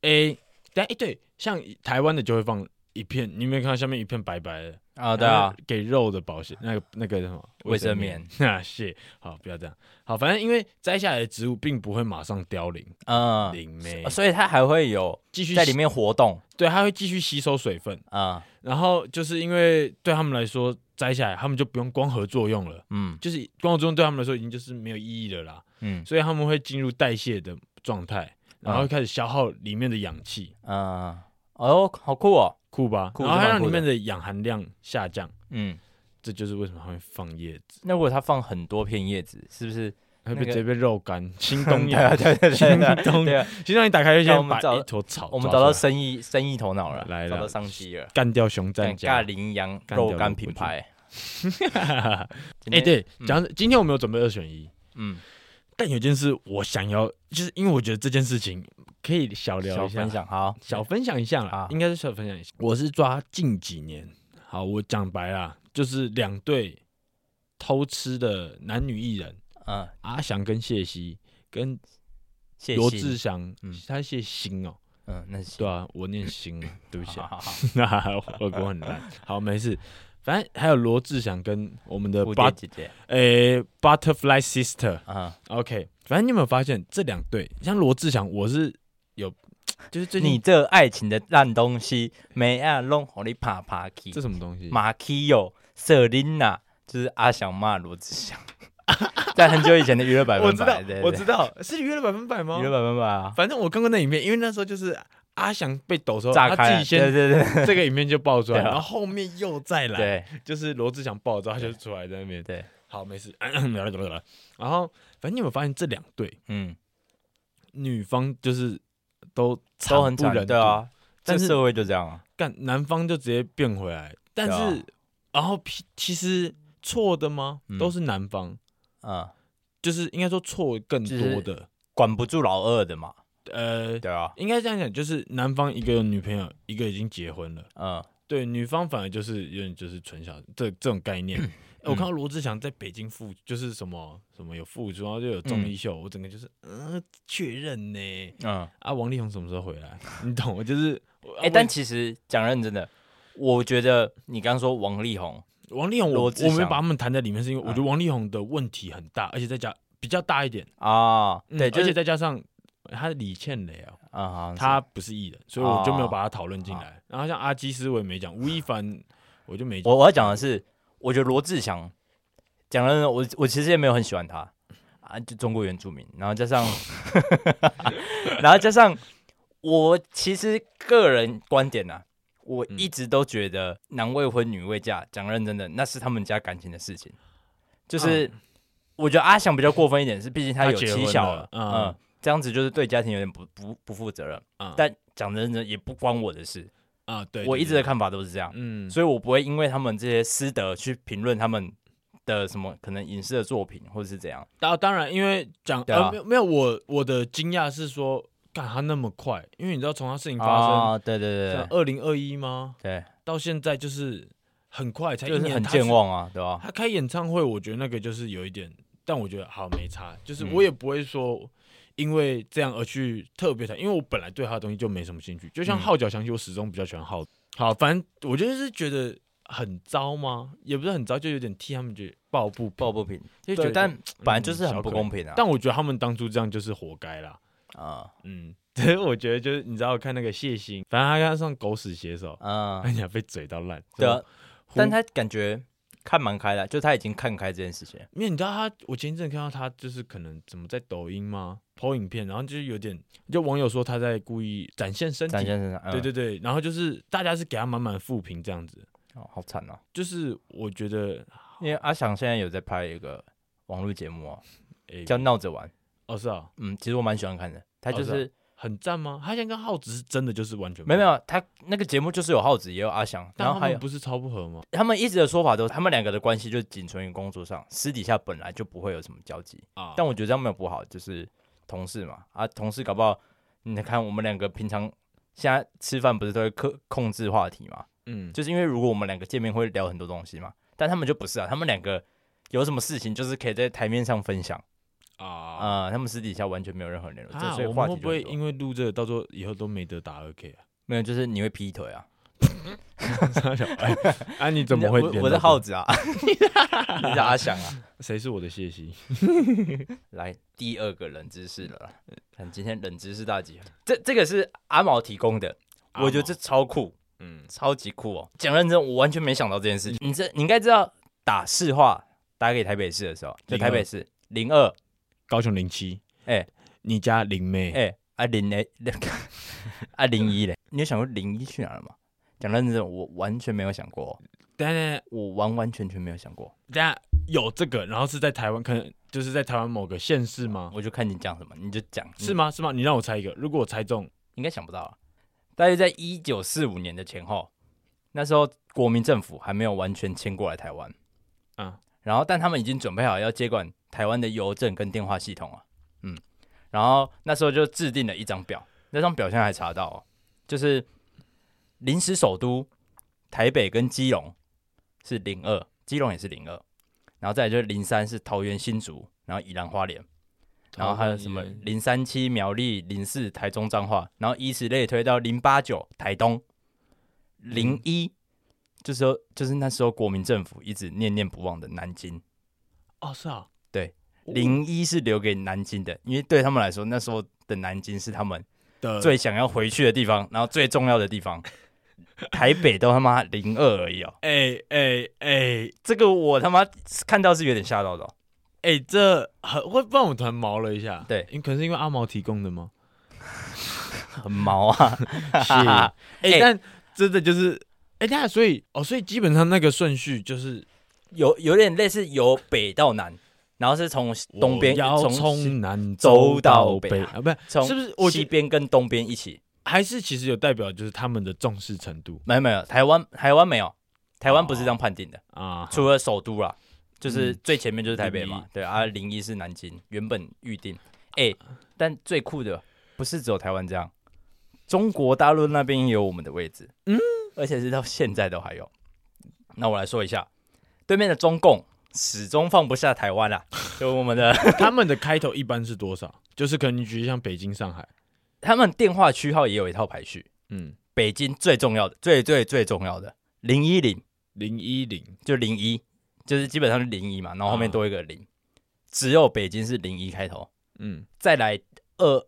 Speaker 2: 哎、但哎、对，像台湾的就会放一片，你有没有看到下面一片白白的？
Speaker 1: 啊，对啊，，
Speaker 2: 给肉的保鲜那个那个什么
Speaker 1: 卫生棉。
Speaker 2: 啊，谢，好，不要这样。好，反正因为摘下来的植物并不会马上凋零，
Speaker 1: 嗯，
Speaker 2: 零没
Speaker 1: 所以它还会有
Speaker 2: 继续
Speaker 1: 在里
Speaker 2: 吸，
Speaker 1: 面活动
Speaker 2: 对，它会继续吸收水分。
Speaker 1: 啊。
Speaker 2: 然后就是因为对他们来说，摘下来他们就不用光合作用了，
Speaker 1: 嗯
Speaker 2: 就是光合作用对他们来说已经就是没有意义了啦。
Speaker 1: 嗯
Speaker 2: 所以他们会进入代谢的状态，然后
Speaker 1: 嗯
Speaker 2: 开始消耗里面的氧气，
Speaker 1: 嗯，哦，好酷哦。
Speaker 2: 酷吧？
Speaker 1: 酷
Speaker 2: 然后它
Speaker 1: 是蛮
Speaker 2: 让里
Speaker 1: 酷的
Speaker 2: 面的氧含量下降，
Speaker 1: 嗯，
Speaker 2: 这就是为什么它会放叶子。
Speaker 1: 那如果它放很多片叶子，是不是
Speaker 2: 会
Speaker 1: 那
Speaker 2: 被
Speaker 1: 个
Speaker 2: 直接被 肉干。新 东
Speaker 1: 对啊
Speaker 2: 阳，
Speaker 1: 对对 对对
Speaker 2: 新东
Speaker 1: 对啊，
Speaker 2: 新东阳一打开就
Speaker 1: 让我
Speaker 2: 先
Speaker 1: 们
Speaker 2: 把
Speaker 1: 找
Speaker 2: 一坨草抓出来，
Speaker 1: 我们找到生意生意头脑了，
Speaker 2: 来
Speaker 1: 找
Speaker 2: 了
Speaker 1: 到商机了。
Speaker 2: 干掉熊
Speaker 1: 干
Speaker 2: 战
Speaker 1: 尬
Speaker 2: 家。
Speaker 1: 羚羊
Speaker 2: 干掉
Speaker 1: 肉干
Speaker 2: 肉
Speaker 1: 品
Speaker 2: 桂
Speaker 1: 牌，
Speaker 2: 哎，
Speaker 1: 今天，
Speaker 2: 对
Speaker 1: 嗯，
Speaker 2: 讲今天我们有准备二选一，
Speaker 1: 嗯，
Speaker 2: 但有件事我想要，就是因为我觉得这件事情可以小聊
Speaker 1: 小
Speaker 2: 一下
Speaker 1: 分，享好，
Speaker 2: 小分享一下啦
Speaker 1: 啊，
Speaker 2: 应该是小分享一下。我是抓近几年，好，我讲白啦，就是两对偷吃的男女艺人
Speaker 1: 嗯，
Speaker 2: 阿翔跟谢希跟
Speaker 1: 谢
Speaker 2: 罗
Speaker 1: 谢
Speaker 2: 志祥
Speaker 1: 嗯，
Speaker 2: 他谢欣哦，
Speaker 1: 嗯，那是
Speaker 2: 对啊，我念欣，对不起
Speaker 1: 好
Speaker 2: 啊，
Speaker 1: 好好，
Speaker 2: 我国很烂。好，没事，反正还有罗志祥跟我们的
Speaker 1: 蝴
Speaker 2: 呃八
Speaker 1: 蝶姐姐，
Speaker 2: 诶 Butterfly Sister。
Speaker 1: 嗯，
Speaker 2: OK，反正你有没有发现这两对，像罗志祥，我是有，就是最近
Speaker 1: 你这爱情的烂东西，没啊弄好你啪啪去
Speaker 2: 这，什么东西？
Speaker 1: 马基友、瑟琳娜，就是阿翔骂罗志祥， 在很久以前的娱乐百
Speaker 2: 我
Speaker 1: 分
Speaker 2: 知道
Speaker 1: 百，对，
Speaker 2: 我
Speaker 1: 对
Speaker 2: 知道，是约了百分百吗
Speaker 1: 娱？乐百分百啊，
Speaker 2: 反正我看过那影片，因为那时候就是阿翔被抖的时候，
Speaker 1: 炸
Speaker 2: 他
Speaker 1: 开
Speaker 2: 自
Speaker 1: 了，
Speaker 2: 己
Speaker 1: 对
Speaker 2: 先
Speaker 1: 对对
Speaker 2: 这个影片就爆出 来，
Speaker 1: 对啊
Speaker 2: 然后后面又再来，
Speaker 1: 对
Speaker 2: 就是罗志祥爆之后，他就出来在那边。
Speaker 1: 对，
Speaker 2: 好，没事， 聊了聊了。然后反正你有没有发现这两对
Speaker 1: 嗯，
Speaker 2: 女方就是都
Speaker 1: 都很
Speaker 2: 不
Speaker 1: 惨，
Speaker 2: 忍睹
Speaker 1: 对，啊，
Speaker 2: 但
Speaker 1: 这
Speaker 2: 是
Speaker 1: 社会就这样啊，
Speaker 2: 干男方就直接变回来，但
Speaker 1: 对啊
Speaker 2: 是然后其其实错的吗
Speaker 1: 嗯？
Speaker 2: 都是男方，
Speaker 1: 嗯，
Speaker 2: 就是应该说错更
Speaker 1: 就是
Speaker 2: 多的，
Speaker 1: 管不住老二的嘛，
Speaker 2: 呃，
Speaker 1: 对啊，
Speaker 2: 应该这样讲，就是男方一个有女朋友，一个已经结婚了，
Speaker 1: 嗯，
Speaker 2: 对，女方反而就是有点就是纯小这这种概 念。欸我看到罗志祥在北京复就是什么什么有复出，然后就有综艺秀，我整个就是嗯确认呢、
Speaker 1: 嗯，
Speaker 2: 啊，王力宏什么时候回来？你懂我就是
Speaker 1: 哎、
Speaker 2: 啊
Speaker 1: 但其实讲认真的，我觉得你刚刚说王力宏，
Speaker 2: 我王力宏
Speaker 1: 罗
Speaker 2: 我
Speaker 1: 志
Speaker 2: 我
Speaker 1: 祥
Speaker 2: 没有把他们谈在里面，是因为我
Speaker 1: 啊
Speaker 2: 觉得王力宏的问题很大，而且再加比较大一点，
Speaker 1: 啊，
Speaker 2: 嗯
Speaker 1: 对，就
Speaker 2: 而且
Speaker 1: 是
Speaker 2: 再加上他李倩蕾啊，
Speaker 1: 啊，好像是哦
Speaker 2: 他不是艺人，所以我就没有把他讨论进来。然后像阿基斯我也没讲，吴亦凡我就没讲。
Speaker 1: 我我要讲的是，我觉得罗志祥讲了，我我其实也没有很喜欢他啊，就中国原住民，然后加 上，然后加上我其实个人观点啊，我
Speaker 2: 嗯
Speaker 1: 一直都觉得男未婚女未嫁，讲认真的，那是他们家感情的事情，就是、我觉得阿翔比较过分一点是，毕竟他
Speaker 2: 嗯他
Speaker 1: 有
Speaker 2: 结
Speaker 1: 妻
Speaker 2: 婚
Speaker 1: 小
Speaker 2: 了
Speaker 1: 嗯
Speaker 2: 嗯
Speaker 1: 这样子就是对家庭有点不不不负责任，
Speaker 2: 啊
Speaker 1: 但讲真的也不关我的事，
Speaker 2: 啊，对，
Speaker 1: 我
Speaker 2: 对
Speaker 1: 一直的，看法都是这样
Speaker 2: 对。嗯，
Speaker 1: 所以我不会因为他们这些师德去评论他们的什么可能影视的作品或者是怎样。
Speaker 2: 当当然，因为讲
Speaker 1: 对啊
Speaker 2: 呃没有没有，我我的惊讶是说，干他那么快，因为你知道从他事情发
Speaker 1: 啊，对对
Speaker 2: 生，
Speaker 1: 对
Speaker 2: 二零二一吗？
Speaker 1: 对，
Speaker 2: 到现在就是很快，才一
Speaker 1: 对就是
Speaker 2: 年，
Speaker 1: 很
Speaker 2: 他
Speaker 1: 健。忘啊，对吧？
Speaker 2: 他开演唱会，我觉得那个就是有一点，但我觉得好没差，就是
Speaker 1: 嗯
Speaker 2: 我也不会说。因为这样而去特别谈，因为我本来对他的东西就没什么兴趣，就
Speaker 1: 嗯
Speaker 2: 像号角响起，我始终比较喜欢号。好，反正我就是觉得很糟吗？也不是很糟，就有点替他们觉得抱不
Speaker 1: 抱不平，
Speaker 2: 就觉
Speaker 1: 对，
Speaker 2: 得
Speaker 1: 但本来就是
Speaker 2: 嗯
Speaker 1: 很
Speaker 2: 小
Speaker 1: 不
Speaker 2: 可
Speaker 1: 公
Speaker 2: 怜
Speaker 1: 平啊。
Speaker 2: 但我觉得他们当初这样就是活该啦。
Speaker 1: 啊，
Speaker 2: 嗯， 但是我觉得就是你知道，我看那个谢欣，反正他刚上狗屎写手，哎
Speaker 1: 嗯，
Speaker 2: 呀，被嘴到烂。
Speaker 1: 对啊，
Speaker 2: 胡，
Speaker 1: 但他感觉看蛮开的，就他已经看开这件事情。
Speaker 2: 因为你知道他，我前一阵看到他就是可能怎么在抖音吗抛影片，然后就是有点，就网友说他在故意展现身
Speaker 1: 展
Speaker 2: 体，
Speaker 1: 现身上，嗯
Speaker 2: 对对，对，然后就是大家是给他满满的负评这样子，
Speaker 1: 哦好惨哦。
Speaker 2: 就是我觉得，
Speaker 1: 因为阿翔现在有在拍一个网络节目啊，
Speaker 2: 哎、
Speaker 1: 叫《闹着玩》，
Speaker 2: 哦是啊，
Speaker 1: 嗯，其实我蛮喜欢看的。他
Speaker 2: 哦
Speaker 1: 就是
Speaker 2: 啊
Speaker 1: 是
Speaker 2: 很赞吗？他现在跟浩子是真的就是完全不
Speaker 1: 没有没，有，他那个节目就是有浩子也有阿翔，
Speaker 2: 但
Speaker 1: 然后
Speaker 2: 他
Speaker 1: 还有
Speaker 2: 们不是超不合吗？
Speaker 1: 他们一直的说法都，他们两个的关系就仅存于工作上，私底下本来就不会有什么交集。
Speaker 2: 啊，
Speaker 1: 但我觉得这样没有不好，就是同事嘛，啊，同事搞不好，你看我们两个平常现在吃饭不是都会克控制话题嘛，
Speaker 2: 嗯，
Speaker 1: 就是因为如果我们两个见面会聊很多东西嘛，但他们就不是啊，他们两个有什么事情就是可以在台面上分享
Speaker 2: 啊
Speaker 1: 啊、他们私底下完全没有任何联络，这
Speaker 2: 啊，
Speaker 1: 所以
Speaker 2: 我
Speaker 1: 话
Speaker 2: 们
Speaker 1: 题
Speaker 2: 会
Speaker 1: 就
Speaker 2: 不会
Speaker 1: 很多
Speaker 2: 因为录这个，到时候以后都没得打二 K 啊？
Speaker 1: 没有就是你会劈腿啊？
Speaker 2: 哎啊，你怎么会
Speaker 1: 我
Speaker 2: 连到
Speaker 1: 我
Speaker 2: 这？
Speaker 1: 是耗子啊， 你是阿翔啊？
Speaker 2: 谁是我的谢希？
Speaker 1: 来第二个冷知识了啦。看今天冷知识大集合，这这个是阿毛提供的，
Speaker 2: 阿毛
Speaker 1: 我觉得这超酷，
Speaker 2: 嗯，
Speaker 1: 超级酷哦！讲认真，我完全没想到这件事情。你这你应该知道，打市话打给台北市的时候，就
Speaker 2: 02
Speaker 1: 台北市零二，
Speaker 2: 高雄零七，
Speaker 1: 哎
Speaker 2: 你家林妹，
Speaker 1: 哎，啊零哎， 啊零一嘞，你有想过零一去哪了吗？讲认真，我完全没有想过哦，
Speaker 2: 等一下等一下
Speaker 1: 我完完全全没有想过。
Speaker 2: 等一下有这个，然后是在台湾，可能就是在台湾某个县市吗？
Speaker 1: 我就看你讲什么，你就讲，
Speaker 2: 是吗？是吗？你让我猜一个，如果我猜中，
Speaker 1: 应该想不到啊。大约在一九四五年的前后，那时候国民政府还没有完全迁过来台湾，
Speaker 2: 啊，
Speaker 1: 然后但他们已经准备好要接管台湾的邮政跟电话系统了，嗯，然后那时候就制定了一张表，那张表现在还查到、哦，就是临时首都台北跟基隆是零二，基隆也是零二，然后再来就是零三是桃园新竹，然后宜兰花莲。然后
Speaker 2: 哦
Speaker 1: 还有什么零三七苗栗、零四台中彰化，然后以此类推到零八九台东、零一，就是说就是那时候国民政府一直念念不忘的南京。
Speaker 2: 哦，是啊，
Speaker 1: 对，
Speaker 2: 哦
Speaker 1: 零一是留给南京的，因为对他们来说，那时候的南京是他们
Speaker 2: 的
Speaker 1: 最想要回去的地方，然后最重要的地方。台北都他妈零二而已哦，
Speaker 2: 哎哎哎
Speaker 1: 这个我他妈看到是有点吓到的哦、
Speaker 2: 哎，这很会不然我突然毛了一下，
Speaker 1: 对
Speaker 2: 因可能是因为阿毛提供 的吗？
Speaker 1: 很毛啊。
Speaker 2: 是， 哎、但真的就是，哎、那所以哦，所以基本上那个顺序就是
Speaker 1: 有有点类似由北到南，然后是从东边
Speaker 2: 我哦要
Speaker 1: 从
Speaker 2: 从南
Speaker 1: 走
Speaker 2: 到
Speaker 1: 到
Speaker 2: 北
Speaker 1: 北
Speaker 2: 啊，不是，
Speaker 1: 从
Speaker 2: 是不是？我
Speaker 1: 西
Speaker 2: 觉
Speaker 1: 边跟东边一起？
Speaker 2: 还是其实有代表就是他们的重视程度
Speaker 1: 没有没有，台湾台湾没有，台湾不是这样判定的，
Speaker 2: 啊，
Speaker 1: 除了首都啦，就是
Speaker 2: 嗯
Speaker 1: 最前面就是台北嘛，对啊，零一是南京，原本预定，哎、但最酷的不是只有台湾这样，中国大陆那边也有我们的位置，
Speaker 2: 嗯，
Speaker 1: 而且是到现在都还有。那我来说一下，对面的中共始终放不下台湾 啦、就我们的
Speaker 2: 他们的开头一般是多少？就是可能你举例像北京、上海，
Speaker 1: 他们电话区号也有一套排序，
Speaker 2: 嗯，
Speaker 1: 北京最重要的、最最最重要的零一零
Speaker 2: 零一零
Speaker 1: 就零一，就是基本上是零一嘛，然后后面
Speaker 2: 啊
Speaker 1: 多一个零、只有北京是零一开头，
Speaker 2: 嗯，
Speaker 1: 再来二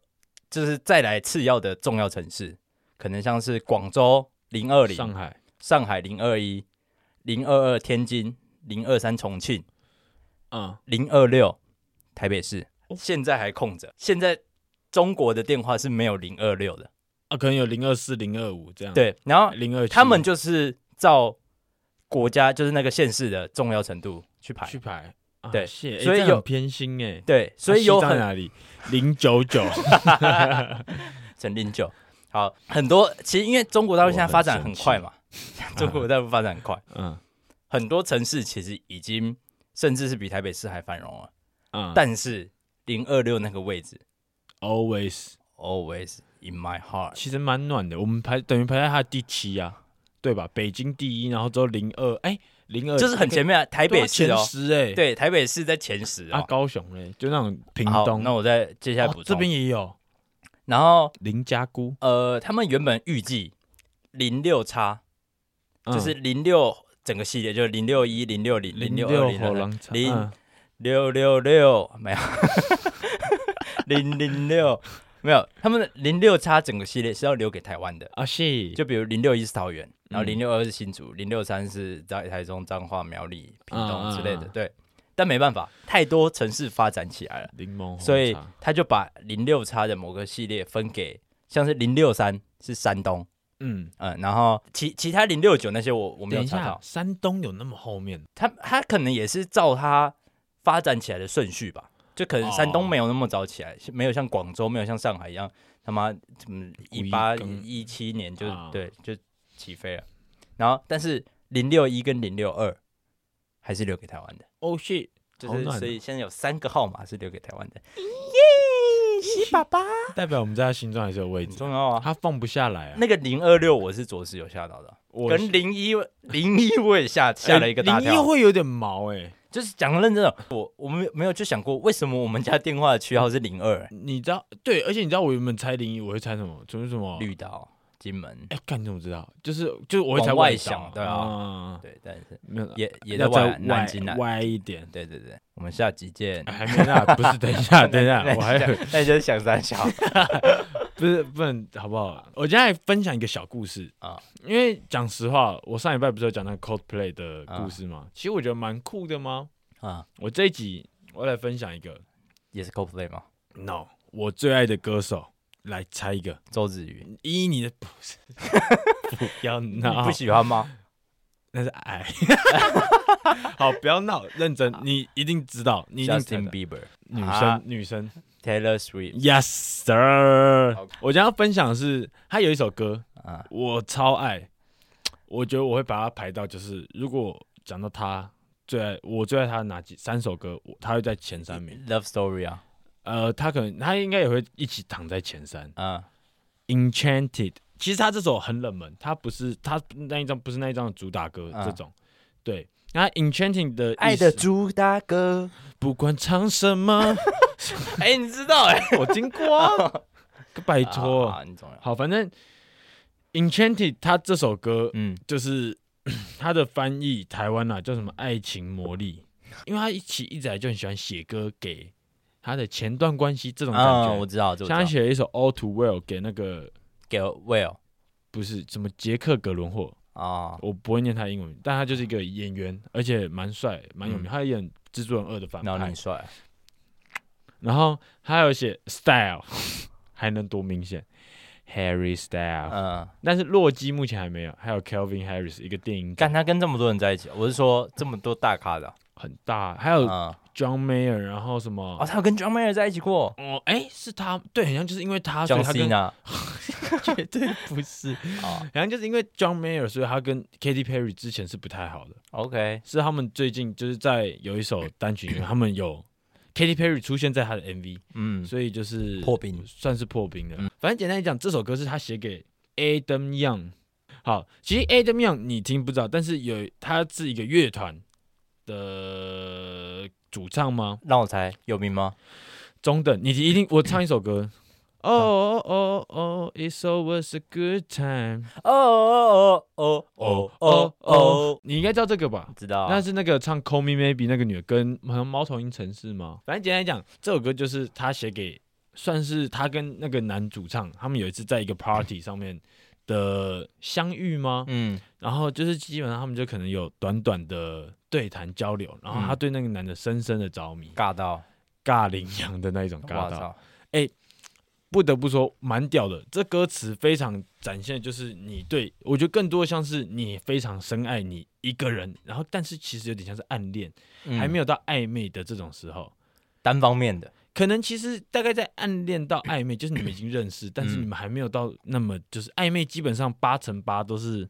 Speaker 1: 就是再来次要的重要城市，可能像是广州零二
Speaker 2: 上
Speaker 1: 零、
Speaker 2: 海
Speaker 1: 上海零二一、零二二天津、零二三重庆、
Speaker 2: 啊，
Speaker 1: 零二六台北市
Speaker 2: 哦，
Speaker 1: 现在还空着。现在中国的电话是没有零二六的，
Speaker 2: 啊，可能有零二四、零二五这样，，
Speaker 1: 对，然后
Speaker 2: 零二
Speaker 1: 他们就是照国家就是那个县市的重要程度去排。
Speaker 2: 去排，啊
Speaker 1: 对
Speaker 2: 谢，
Speaker 1: 所以
Speaker 2: 所以有
Speaker 1: 有
Speaker 2: 偏心哎、
Speaker 1: 对，所以有
Speaker 2: 啊西藏
Speaker 1: 很
Speaker 2: 哪里零 九九，
Speaker 1: 陈零九，好很多。其实因为中国大陆现在发展很快嘛， 中国大陆发展很快，
Speaker 2: 嗯
Speaker 1: 很多城市其实已经甚至是比台北市还繁荣了。
Speaker 2: 啊，
Speaker 1: 但是零二六那个位置
Speaker 2: always
Speaker 1: ，always in my heart，
Speaker 2: 其实蛮暖的，我们排等于排在他的第七啊，对吧？北京第一，然后之后零二，哎，零二
Speaker 1: 就是很前面啊台
Speaker 2: 台
Speaker 1: 北市
Speaker 2: 前
Speaker 1: 哦，
Speaker 2: 十哎，，
Speaker 1: 对，台北市在前十
Speaker 2: 啊，
Speaker 1: 哦。
Speaker 2: 高雄嘞，就那种屏
Speaker 1: 好，
Speaker 2: 东，
Speaker 1: 那我再接下来补
Speaker 2: 哦这边
Speaker 1: 充。
Speaker 2: 也有
Speaker 1: 然后
Speaker 2: 林家姑，
Speaker 1: 呃，他们原本预计零六差。
Speaker 2: 嗯
Speaker 1: 就是零六整个系列，就是零六一、零六零、零六
Speaker 2: 零
Speaker 1: 二、
Speaker 2: 六
Speaker 1: 零
Speaker 2: 后
Speaker 1: 六
Speaker 2: 狼场，
Speaker 1: 零
Speaker 2: 嗯
Speaker 1: 六六六没有，零零六没有，他们的零六叉整个系列是要留给台湾的，
Speaker 2: 啊是，
Speaker 1: 就比如零六一是桃园，然后
Speaker 2: 嗯
Speaker 1: 零六二是新竹，零六三是在台中、彰化、苗栗、屏
Speaker 2: 啊
Speaker 1: 东之类
Speaker 2: 啊
Speaker 1: 的
Speaker 2: 啊，
Speaker 1: 对。但没办法，太多城市发展起来了，
Speaker 2: 柠檬红茶，
Speaker 1: 所以他就把零六叉的某个系列分给，像是零六三是山东，
Speaker 2: 嗯，
Speaker 1: 嗯，然后其其他零六九那些我我没
Speaker 2: 等
Speaker 1: 有
Speaker 2: 一
Speaker 1: 查
Speaker 2: 下
Speaker 1: 到，，
Speaker 2: 山东有那么后面
Speaker 1: 他他可能也是照他发展起来的顺序吧，就可能山
Speaker 2: 哦
Speaker 1: 东没有那么早起来，没有像广州，没有像上海一样他妈什么
Speaker 2: 一
Speaker 1: 一八
Speaker 2: 更
Speaker 1: 一七年就、
Speaker 2: 啊
Speaker 1: 对就起飞了，然后但是零六一跟零六二还是留给台湾的，
Speaker 2: 哦是，
Speaker 1: 就
Speaker 2: 好
Speaker 1: 是
Speaker 2: 暖哦
Speaker 1: 所以现在有三个号码是留给台湾的，耶，喜爸爸
Speaker 2: 代表我们在他心中还是有位
Speaker 1: 很
Speaker 2: 置，
Speaker 1: 重要啊。
Speaker 2: 他放不下来啊，
Speaker 1: 那个零二六我是着实有吓到的，
Speaker 2: 我
Speaker 1: 跟零一零一我也吓吓了一个大
Speaker 2: 哎
Speaker 1: 跳。
Speaker 2: 零一会有点毛哎。
Speaker 1: 就是讲得认真的，哦我我们没有就想过为什么我们家电话的区号是零二、
Speaker 2: 你知道对，而且你知道我原本猜零一，我会猜什么？就是什么？
Speaker 1: 绿岛、金门，
Speaker 2: 哎，干你怎么知道？就是就是我会猜
Speaker 1: 往外
Speaker 2: 岛
Speaker 1: 想对啊
Speaker 2: 啊，
Speaker 1: 对，但是
Speaker 2: 没有
Speaker 1: 也也呃在
Speaker 2: 要再
Speaker 1: 外啊南京南，
Speaker 2: 歪一点。
Speaker 1: 对对对，我们下集见
Speaker 2: 哎。还没啦，不是，等一 下，等一下，我还有
Speaker 1: 那那就是想三小
Speaker 2: 不是不能好不好？我今天来分享一个小故事啊
Speaker 1: 啊，
Speaker 2: 因为讲实话，我上礼拜不是有讲那个 cosplay 的故事吗？其实我觉得蛮酷的吗？
Speaker 1: 啊，
Speaker 2: 我这一集我要来分享一个
Speaker 1: 也是 cosplay 吗？
Speaker 2: ，no，我最爱的歌手，来猜一个，
Speaker 1: 周子瑜，
Speaker 2: 依你的不是，不要
Speaker 1: 你
Speaker 2: 闹
Speaker 1: 不，喜欢吗？
Speaker 2: 那是矮。 好，不要闹，认真，
Speaker 1: 啊
Speaker 2: 你一定知道，你一定听
Speaker 1: Justin Bieber、
Speaker 2: 女
Speaker 1: 啊
Speaker 2: 生，女生
Speaker 1: Taylor Swift
Speaker 2: ，Yes sir。
Speaker 1: OK
Speaker 2: 我今天要分享的是，他有一首歌，
Speaker 1: 啊，
Speaker 2: 我超爱，我觉得我会把它排到，就是如果讲到他最爱，我最爱他的哪几三首歌，我他会在前三名。
Speaker 1: Love Story 啊，
Speaker 2: 呃，他可能他应该也会一起躺在前三。
Speaker 1: 啊
Speaker 2: Enchanted，其实他这首很冷门，他不是他那一张不是那一张的主打歌、
Speaker 1: 嗯
Speaker 2: 这种。对，那 Enchanting 的意
Speaker 1: 爱的
Speaker 2: 思
Speaker 1: 主打歌，
Speaker 2: 不管唱 什么，
Speaker 1: 哎，你知道哎，
Speaker 2: 我经过啊， 拜托。
Speaker 1: 啊，你懂了，
Speaker 2: 好，反正 Enchanted 他这首歌
Speaker 1: 嗯，
Speaker 2: 就是 他的翻译台湾啊叫什么爱情魔力，因为他一起一直来就很喜欢写歌给他的前段关系这种感
Speaker 1: 啊，
Speaker 2: 觉
Speaker 1: 我。知道，这我知
Speaker 2: 像他
Speaker 1: 道，
Speaker 2: 写了一首 All Too Well 给那个
Speaker 1: 给 Will
Speaker 2: 不是什么杰克格伦霍，
Speaker 1: 啊，
Speaker 2: 我不会念他的英文名，但他就是一个演员，而且蛮帅蛮有名，
Speaker 1: 嗯
Speaker 2: 他演蜘蛛人二的反
Speaker 1: 然后
Speaker 2: 派
Speaker 1: 你。帅，
Speaker 2: 然后他有写 Style，还能多明显？Harry Style，、
Speaker 1: 嗯，
Speaker 2: 但是洛基目前还没有，还有 Kelvin Harris 一个电影
Speaker 1: 干他跟这么多人在一起，我是说这么多大咖的，啊
Speaker 2: 很大，还有
Speaker 1: 嗯，
Speaker 2: John Mayer，然后什
Speaker 1: 哦，
Speaker 2: 么？
Speaker 1: 他有跟 John Mayer 在一起过
Speaker 2: 哦，哎，是他，对，好像就是因为他，啊所以
Speaker 1: ，John
Speaker 2: 他跟
Speaker 1: Cena
Speaker 2: 绝对不是，好
Speaker 1: 啊
Speaker 2: 像就是因为 John Mayer，所以他跟 Katy Perry 之前是不太好的，
Speaker 1: ，OK，
Speaker 2: 是他们最近就是在有一首单曲里面，他们有 Katy Perry 出现在他的 MV，
Speaker 1: 嗯，
Speaker 2: 所以就是
Speaker 1: 破冰
Speaker 2: 算是破冰了。反正简单来讲，这首歌是他写给 Adam Young。好，其实 Adam Young 你听不知道，但是有他是一个乐团的主唱吗？
Speaker 1: 让我猜，有名吗？
Speaker 2: 中等，你一定我唱一首 歌。哦哦哦，It's always a good time。
Speaker 1: 哦哦哦哦
Speaker 2: 哦
Speaker 1: 哦
Speaker 2: 哦
Speaker 1: 哦
Speaker 2: 哦，，你应该知道这个吧？
Speaker 1: 知道啊，
Speaker 2: 那是那个唱《Call Me Maybe》那个女的，跟好像猫头鹰城市吗？反正简单来讲，这首歌就是他写给，算是他跟那个男主唱，他们有一次在一个 party 上面的相遇吗？
Speaker 1: 嗯
Speaker 2: 然后就是基本上他们就可能有短短的对谈交流，然
Speaker 1: 嗯
Speaker 2: 后他对那个男的深深的着迷，
Speaker 1: 尬到，
Speaker 2: 尬羚羊的那一种尬
Speaker 1: 我
Speaker 2: 到。
Speaker 1: 操，
Speaker 2: 不得不说蛮屌的。这歌词非常展现，就是你对我觉得更多像是你非常深爱你一个人，然后但是其实有点像是暗恋，
Speaker 1: 嗯
Speaker 2: 还没有到暧昧的这种时候。
Speaker 1: 单方面的，
Speaker 2: 可能其实大概在暗恋到暧昧，就是你们已经认识，但是你们还没有到那么就是暧昧，基本上八成八都是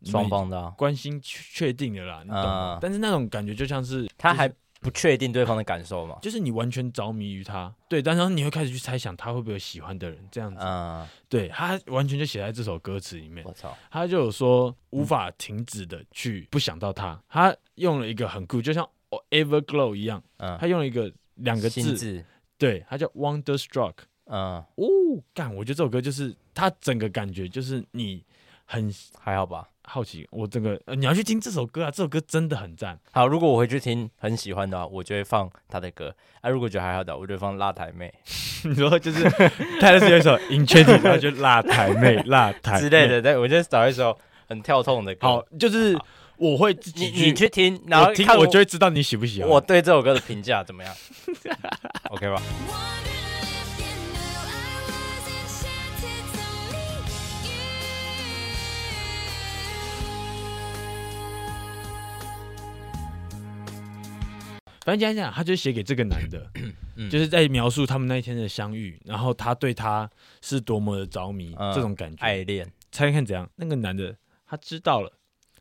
Speaker 2: 你们
Speaker 1: 双方的啊，
Speaker 2: 关心确确定的啦，你懂吗？
Speaker 1: 嗯
Speaker 2: 但是那种感觉就像是
Speaker 1: 他
Speaker 2: 就是
Speaker 1: 还不确定对方的感受 嘛，
Speaker 2: 就是你完全着迷于他，对，但是你会开始去猜想他会不会有喜欢的人这样子，
Speaker 1: 嗯，
Speaker 2: 对他完全就写在这首歌词里面。
Speaker 1: 我操，
Speaker 2: 他就有说无法停止的去不想到他，他用了一个很酷，就像 Everglow 一样，
Speaker 1: 嗯
Speaker 2: 他，用了一个两个
Speaker 1: 心
Speaker 2: 字，
Speaker 1: 智，
Speaker 2: 对，他叫 Wonderstruck。
Speaker 1: 嗯，
Speaker 2: 哦，干，我觉得这首歌就是它整个感觉就是你很
Speaker 1: 还好吧。
Speaker 2: 好奇，我整个、呃、你要去听这首歌啊，这首歌真的 很赞。
Speaker 1: 好，如果我回去听很喜欢的话，我就会放他的歌；啊，如果觉得还好的，我就会放辣台妹
Speaker 2: 你 说就是泰勒斯有一首《In c h a n 然后就辣台妹、辣台
Speaker 1: 之类
Speaker 2: 妹。
Speaker 1: 的。对，我就找一首很跳痛的歌。
Speaker 2: 哎好，，就是我会自
Speaker 1: 你
Speaker 2: 己
Speaker 1: 你
Speaker 2: 去，
Speaker 1: 去听，然后
Speaker 2: 我听
Speaker 1: 看
Speaker 2: 我就会知道你喜不喜欢。
Speaker 1: 我对这首歌的评价怎么 样？OK 吧？
Speaker 4: Wondered if you knew I was enchanted to meet you.
Speaker 2: 反正讲讲，他就写给这个男的
Speaker 1: 嗯，
Speaker 2: 就是在描述他们那一天的相遇，然后他对他是多么的着迷，
Speaker 1: 嗯
Speaker 2: 这种感觉。
Speaker 1: 爱恋
Speaker 2: 猜看看怎样？那个男的他知道了，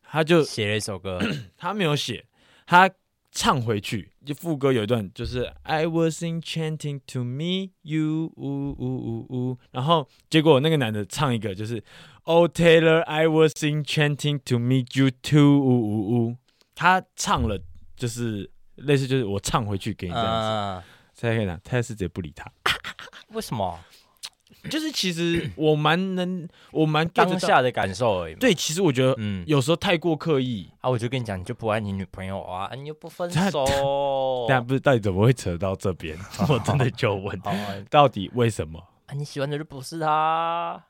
Speaker 2: 他就
Speaker 1: 写了一首歌，
Speaker 2: 他没有写，他唱回去，就副歌有一段就是 I was enchanting to me you，呜呜呜呜，然后结果那个男的唱一个就是 Oh Taylor I was enchanting to meet you too，呜呜呜，他唱了就是类似就是我唱回去给你这样子，
Speaker 1: 嗯，
Speaker 2: 才可以拿，泰斯直接不理他，
Speaker 1: 为什么？
Speaker 2: 就是其实我蛮能，我蛮 get 得
Speaker 1: 当
Speaker 2: 到
Speaker 1: 下的感受而已嘛。
Speaker 2: 对，其实我觉得
Speaker 1: 嗯，
Speaker 2: 有时候太过刻意，
Speaker 1: 啊，我就跟你讲，你就不爱你女朋友啊，啊你又不分
Speaker 2: 他
Speaker 1: 手。哦
Speaker 2: 但不是到底怎么会扯到这边， 我真的就问
Speaker 1: 好啊
Speaker 2: 到底为什么？
Speaker 1: 啊，你喜欢的就不是他，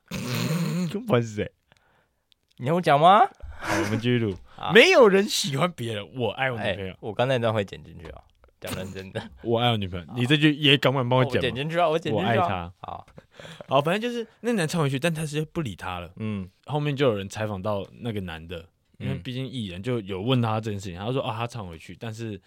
Speaker 2: 不管是谁，
Speaker 1: 你听我讲吗？
Speaker 2: 好，哎我们继续录
Speaker 1: 好。
Speaker 2: 没有人喜欢别人，我爱我女朋友，
Speaker 1: 哎我刚才那段会剪进去啊，讲认真的，
Speaker 2: 我爱我女朋友。你这句也敢不敢帮
Speaker 1: 我
Speaker 2: 哦我剪
Speaker 1: 剪
Speaker 2: 吗？
Speaker 1: 进去啊，我剪进
Speaker 2: 我
Speaker 1: 去、
Speaker 2: 爱
Speaker 1: 啊。
Speaker 2: 他。
Speaker 1: 好，
Speaker 2: 好，反正就是那男唱回去，但他是不理他了。
Speaker 1: 嗯
Speaker 2: 后面就有人采访到那个男的，因为
Speaker 1: 嗯
Speaker 2: 毕竟艺人就有问他这件事情，他说哦，他唱回去，但是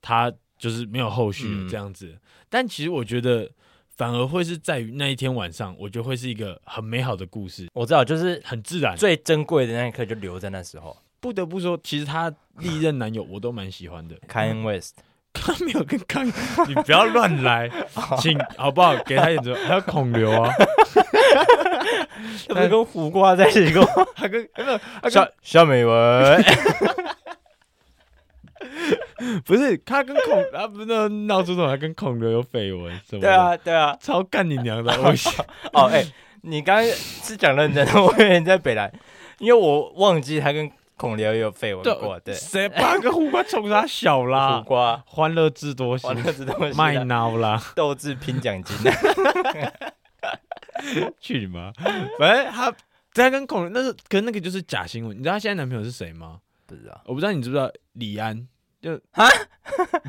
Speaker 2: 他就是没有后续了
Speaker 1: 嗯
Speaker 2: 这样子。但其实我觉得反而会是在于那一天晚上，我觉得会是一个很美好的故事，
Speaker 1: 我知道，就是
Speaker 2: 很自然。
Speaker 1: 最珍贵的那一刻就留在那时候。
Speaker 2: 不得不说，其实他历任男友我都蛮喜欢的，
Speaker 1: Kanye West，
Speaker 2: 他没有跟康，你不要乱来，请好不好？给他一点尊重，还有孔刘 啊，
Speaker 1: 他不是跟胡瓜在一起过？
Speaker 2: 他跟没有 他跟
Speaker 1: 肖肖美文，
Speaker 2: 不是他跟孔，他不是那闹出什么，他跟孔刘有绯闻什 么？
Speaker 1: 对啊，，对啊。
Speaker 2: 超干你 娘的！我想
Speaker 1: 哦，哎，你刚刚是讲认真的，我以为你在北兰，因为我忘记他跟孔刘有绯闻过。对，
Speaker 2: 谁把个胡瓜冲他小
Speaker 1: 胡
Speaker 2: 啦？
Speaker 1: 瓜，
Speaker 2: 欢乐智多星
Speaker 1: 完，了这东西
Speaker 2: 卖
Speaker 1: 啊，
Speaker 2: 脑 啦，
Speaker 1: 斗志拼奖金。
Speaker 2: 去你妈！反正他他跟孔刘那是，可是那个就是假新闻。你知道她现在男朋友是谁吗？
Speaker 1: 不知道，
Speaker 2: 我不知道你知不知道李安？就
Speaker 1: 啊，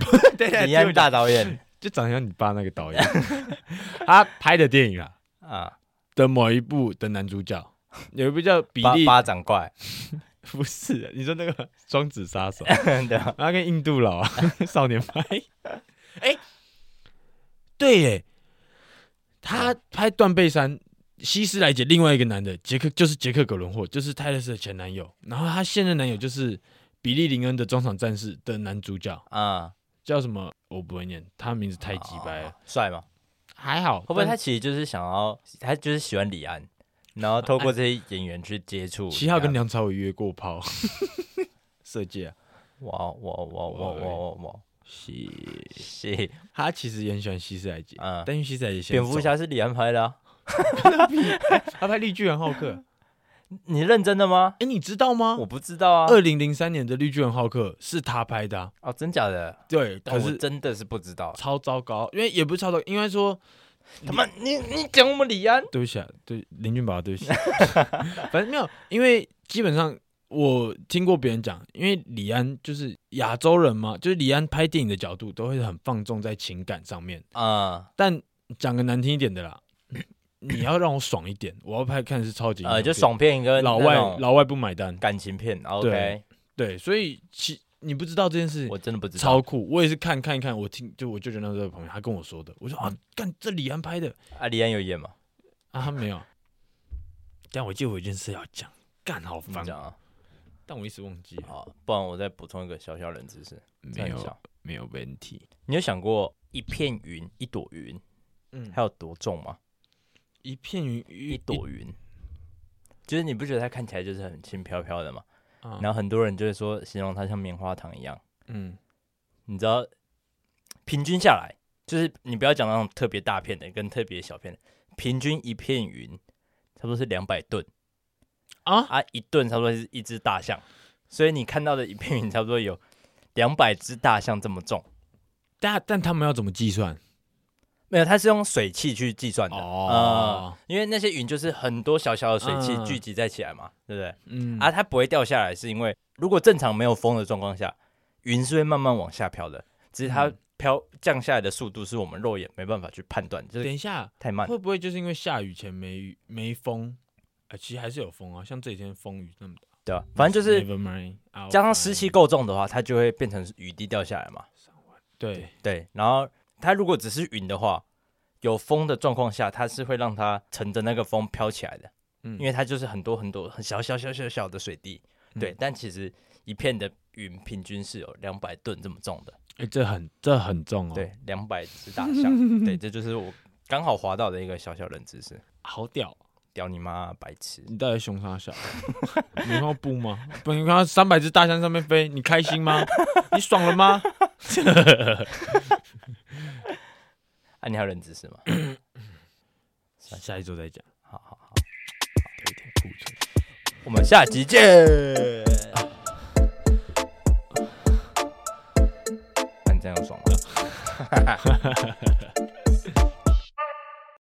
Speaker 2: 不是，等一下
Speaker 1: 李安
Speaker 2: 听我讲
Speaker 1: 大导 演
Speaker 2: 就长得像你爸那个导演， 他拍的电影啊
Speaker 1: 啊，
Speaker 2: 的某一部的男主角，有一部叫比
Speaker 1: 巴
Speaker 2: 利，
Speaker 1: 巴掌怪，
Speaker 2: 不是你说那个双子杀手，
Speaker 1: 对啊，
Speaker 2: 他跟印度佬啊 少年拍，哎、对耶，他拍《断背山》，希斯莱杰另外一个男的杰克就是杰克·葛伦霍，就是泰勒斯的前男友，然后他现任男友就是比利·林恩的《中场战士》的男主角，
Speaker 1: 啊，
Speaker 2: 叫什么？我不会念，他名字太鸡掰了，
Speaker 1: 哦，帅吗？
Speaker 2: 还好，
Speaker 1: 会
Speaker 2: 会
Speaker 1: 不会他其实就是想要，他就是喜欢李安，然后透过这些演员去接触。
Speaker 2: 呃哎七号跟梁朝伟约过 炮，射箭、啊。
Speaker 1: 哇哇哇哇
Speaker 2: 哎
Speaker 1: 哇哇哇，
Speaker 2: 是，
Speaker 1: 是
Speaker 2: 他其实也很喜欢希斯莱杰，
Speaker 1: 嗯
Speaker 2: 但因为希斯莱杰先
Speaker 1: 蝙蝠
Speaker 2: 走，
Speaker 1: 侠是李安拍的啊？
Speaker 2: 他拍《绿巨人浩克》 诶。
Speaker 1: 你认真的吗？
Speaker 2: 哎，你知道吗
Speaker 1: 我？不知道啊
Speaker 2: 二。零零三年的《绿巨人浩克》是他拍的啊、
Speaker 1: 哦，真假的？
Speaker 2: 对，
Speaker 1: 但
Speaker 2: 可
Speaker 1: 我
Speaker 2: 是
Speaker 1: 真的是不知道。
Speaker 2: 超糟糕，因为也不是超糟，应该说
Speaker 1: 他妈，你你讲我们李安？
Speaker 2: 对不起啊，对林俊宝，对 不起，反正没有，因为基本上我听过别人讲，因为李安就是亚洲人嘛，就是李安拍电影的角度都会很放纵在情感上面，
Speaker 1: 啊，
Speaker 2: 但讲个难听一点的 啦，你要让我爽一点，我要拍看是超级英雄
Speaker 1: 呃，就
Speaker 2: 片
Speaker 1: 爽片跟
Speaker 2: 老
Speaker 1: 那
Speaker 2: 外
Speaker 1: 种
Speaker 2: 老外不买单，
Speaker 1: 感情片。OK，啊
Speaker 2: 对对，所以其你不知道这件事
Speaker 1: 我真的不知
Speaker 2: 超
Speaker 1: 道。
Speaker 2: 酷，我也是看看一看，我听就我舅舅那时候在旁边，他跟我说的，我说啊，干这李安拍的
Speaker 1: 啊，李安有演吗？
Speaker 2: 啊，他没有，但我记得我有一件事要讲，干好
Speaker 1: 你
Speaker 2: 烦，
Speaker 1: 讲啊，
Speaker 2: 但我一时忘记了，
Speaker 1: 好，不然我再补充一个小小冷知识。
Speaker 2: 没
Speaker 1: 这样讲
Speaker 2: 有没有问题，
Speaker 1: 你有想过一片云、一朵云
Speaker 2: 嗯，
Speaker 1: 它有多重吗？
Speaker 2: 一片云
Speaker 1: 一
Speaker 2: 一
Speaker 1: 朵云，就是你不觉得它看起来就是很轻飘飘的吗？
Speaker 2: 啊，
Speaker 1: 然后很多人就会说形容它像棉花糖一样，
Speaker 2: 嗯
Speaker 1: 你知道，平均下来就是你不要讲那种特别大片的跟特别小片的，平均一片云差不多是两百吨
Speaker 2: 啊，
Speaker 1: 啊，一吨差不多是一只大象，所以你看到的一片云差不多有两百只大象这么重。
Speaker 2: 但但他们要怎么计算？
Speaker 1: 没有，它是用水汽去计算的，
Speaker 2: 哦
Speaker 1: 呃因为那些云就是很多小小的水汽
Speaker 2: 嗯
Speaker 1: 聚集在起来嘛，对不对？
Speaker 2: 嗯
Speaker 1: 啊，它不会掉下来，是因为如果正常没有风的状况下，云是会慢慢往下飘的，只是它
Speaker 2: 嗯
Speaker 1: 飘降下来的速度是我们肉眼没办法去判断，就
Speaker 2: 等
Speaker 1: 是
Speaker 2: 一下，
Speaker 1: 太慢。
Speaker 2: 会不会就是因为下雨前没雨没风？哎，其实还是有风啊，像这几天风雨那么大，
Speaker 1: 对吧？反正就是
Speaker 2: Never mind，I'll
Speaker 1: 加上
Speaker 2: find-
Speaker 1: 湿气够重的话，它就会变成雨滴掉下来嘛。
Speaker 2: 对，
Speaker 1: 对，然后它如果只是云的话，有风的状况下，它是会让它乘着那个风飘起来的，
Speaker 2: 嗯
Speaker 1: 因为它就是很多很多很小小小小小的水滴。对，但其实一片的云平均是有两百吨这么重的。
Speaker 2: 哎，这很这很重哦，，
Speaker 1: 对，两百只大象，对，这就是我刚好滑到的一个小小冷知识。
Speaker 2: 好屌，哦
Speaker 1: 屌你妈，白痴！
Speaker 2: 你到底凶啥小？你看到布吗？不，你看到三百只大象上面飞，你开心吗？你爽了吗？
Speaker 1: 啊，你还有冷知识吗？
Speaker 2: 下一周再讲。
Speaker 1: 好好好，
Speaker 2: 有一点库存。
Speaker 1: 我们下集见。啊啊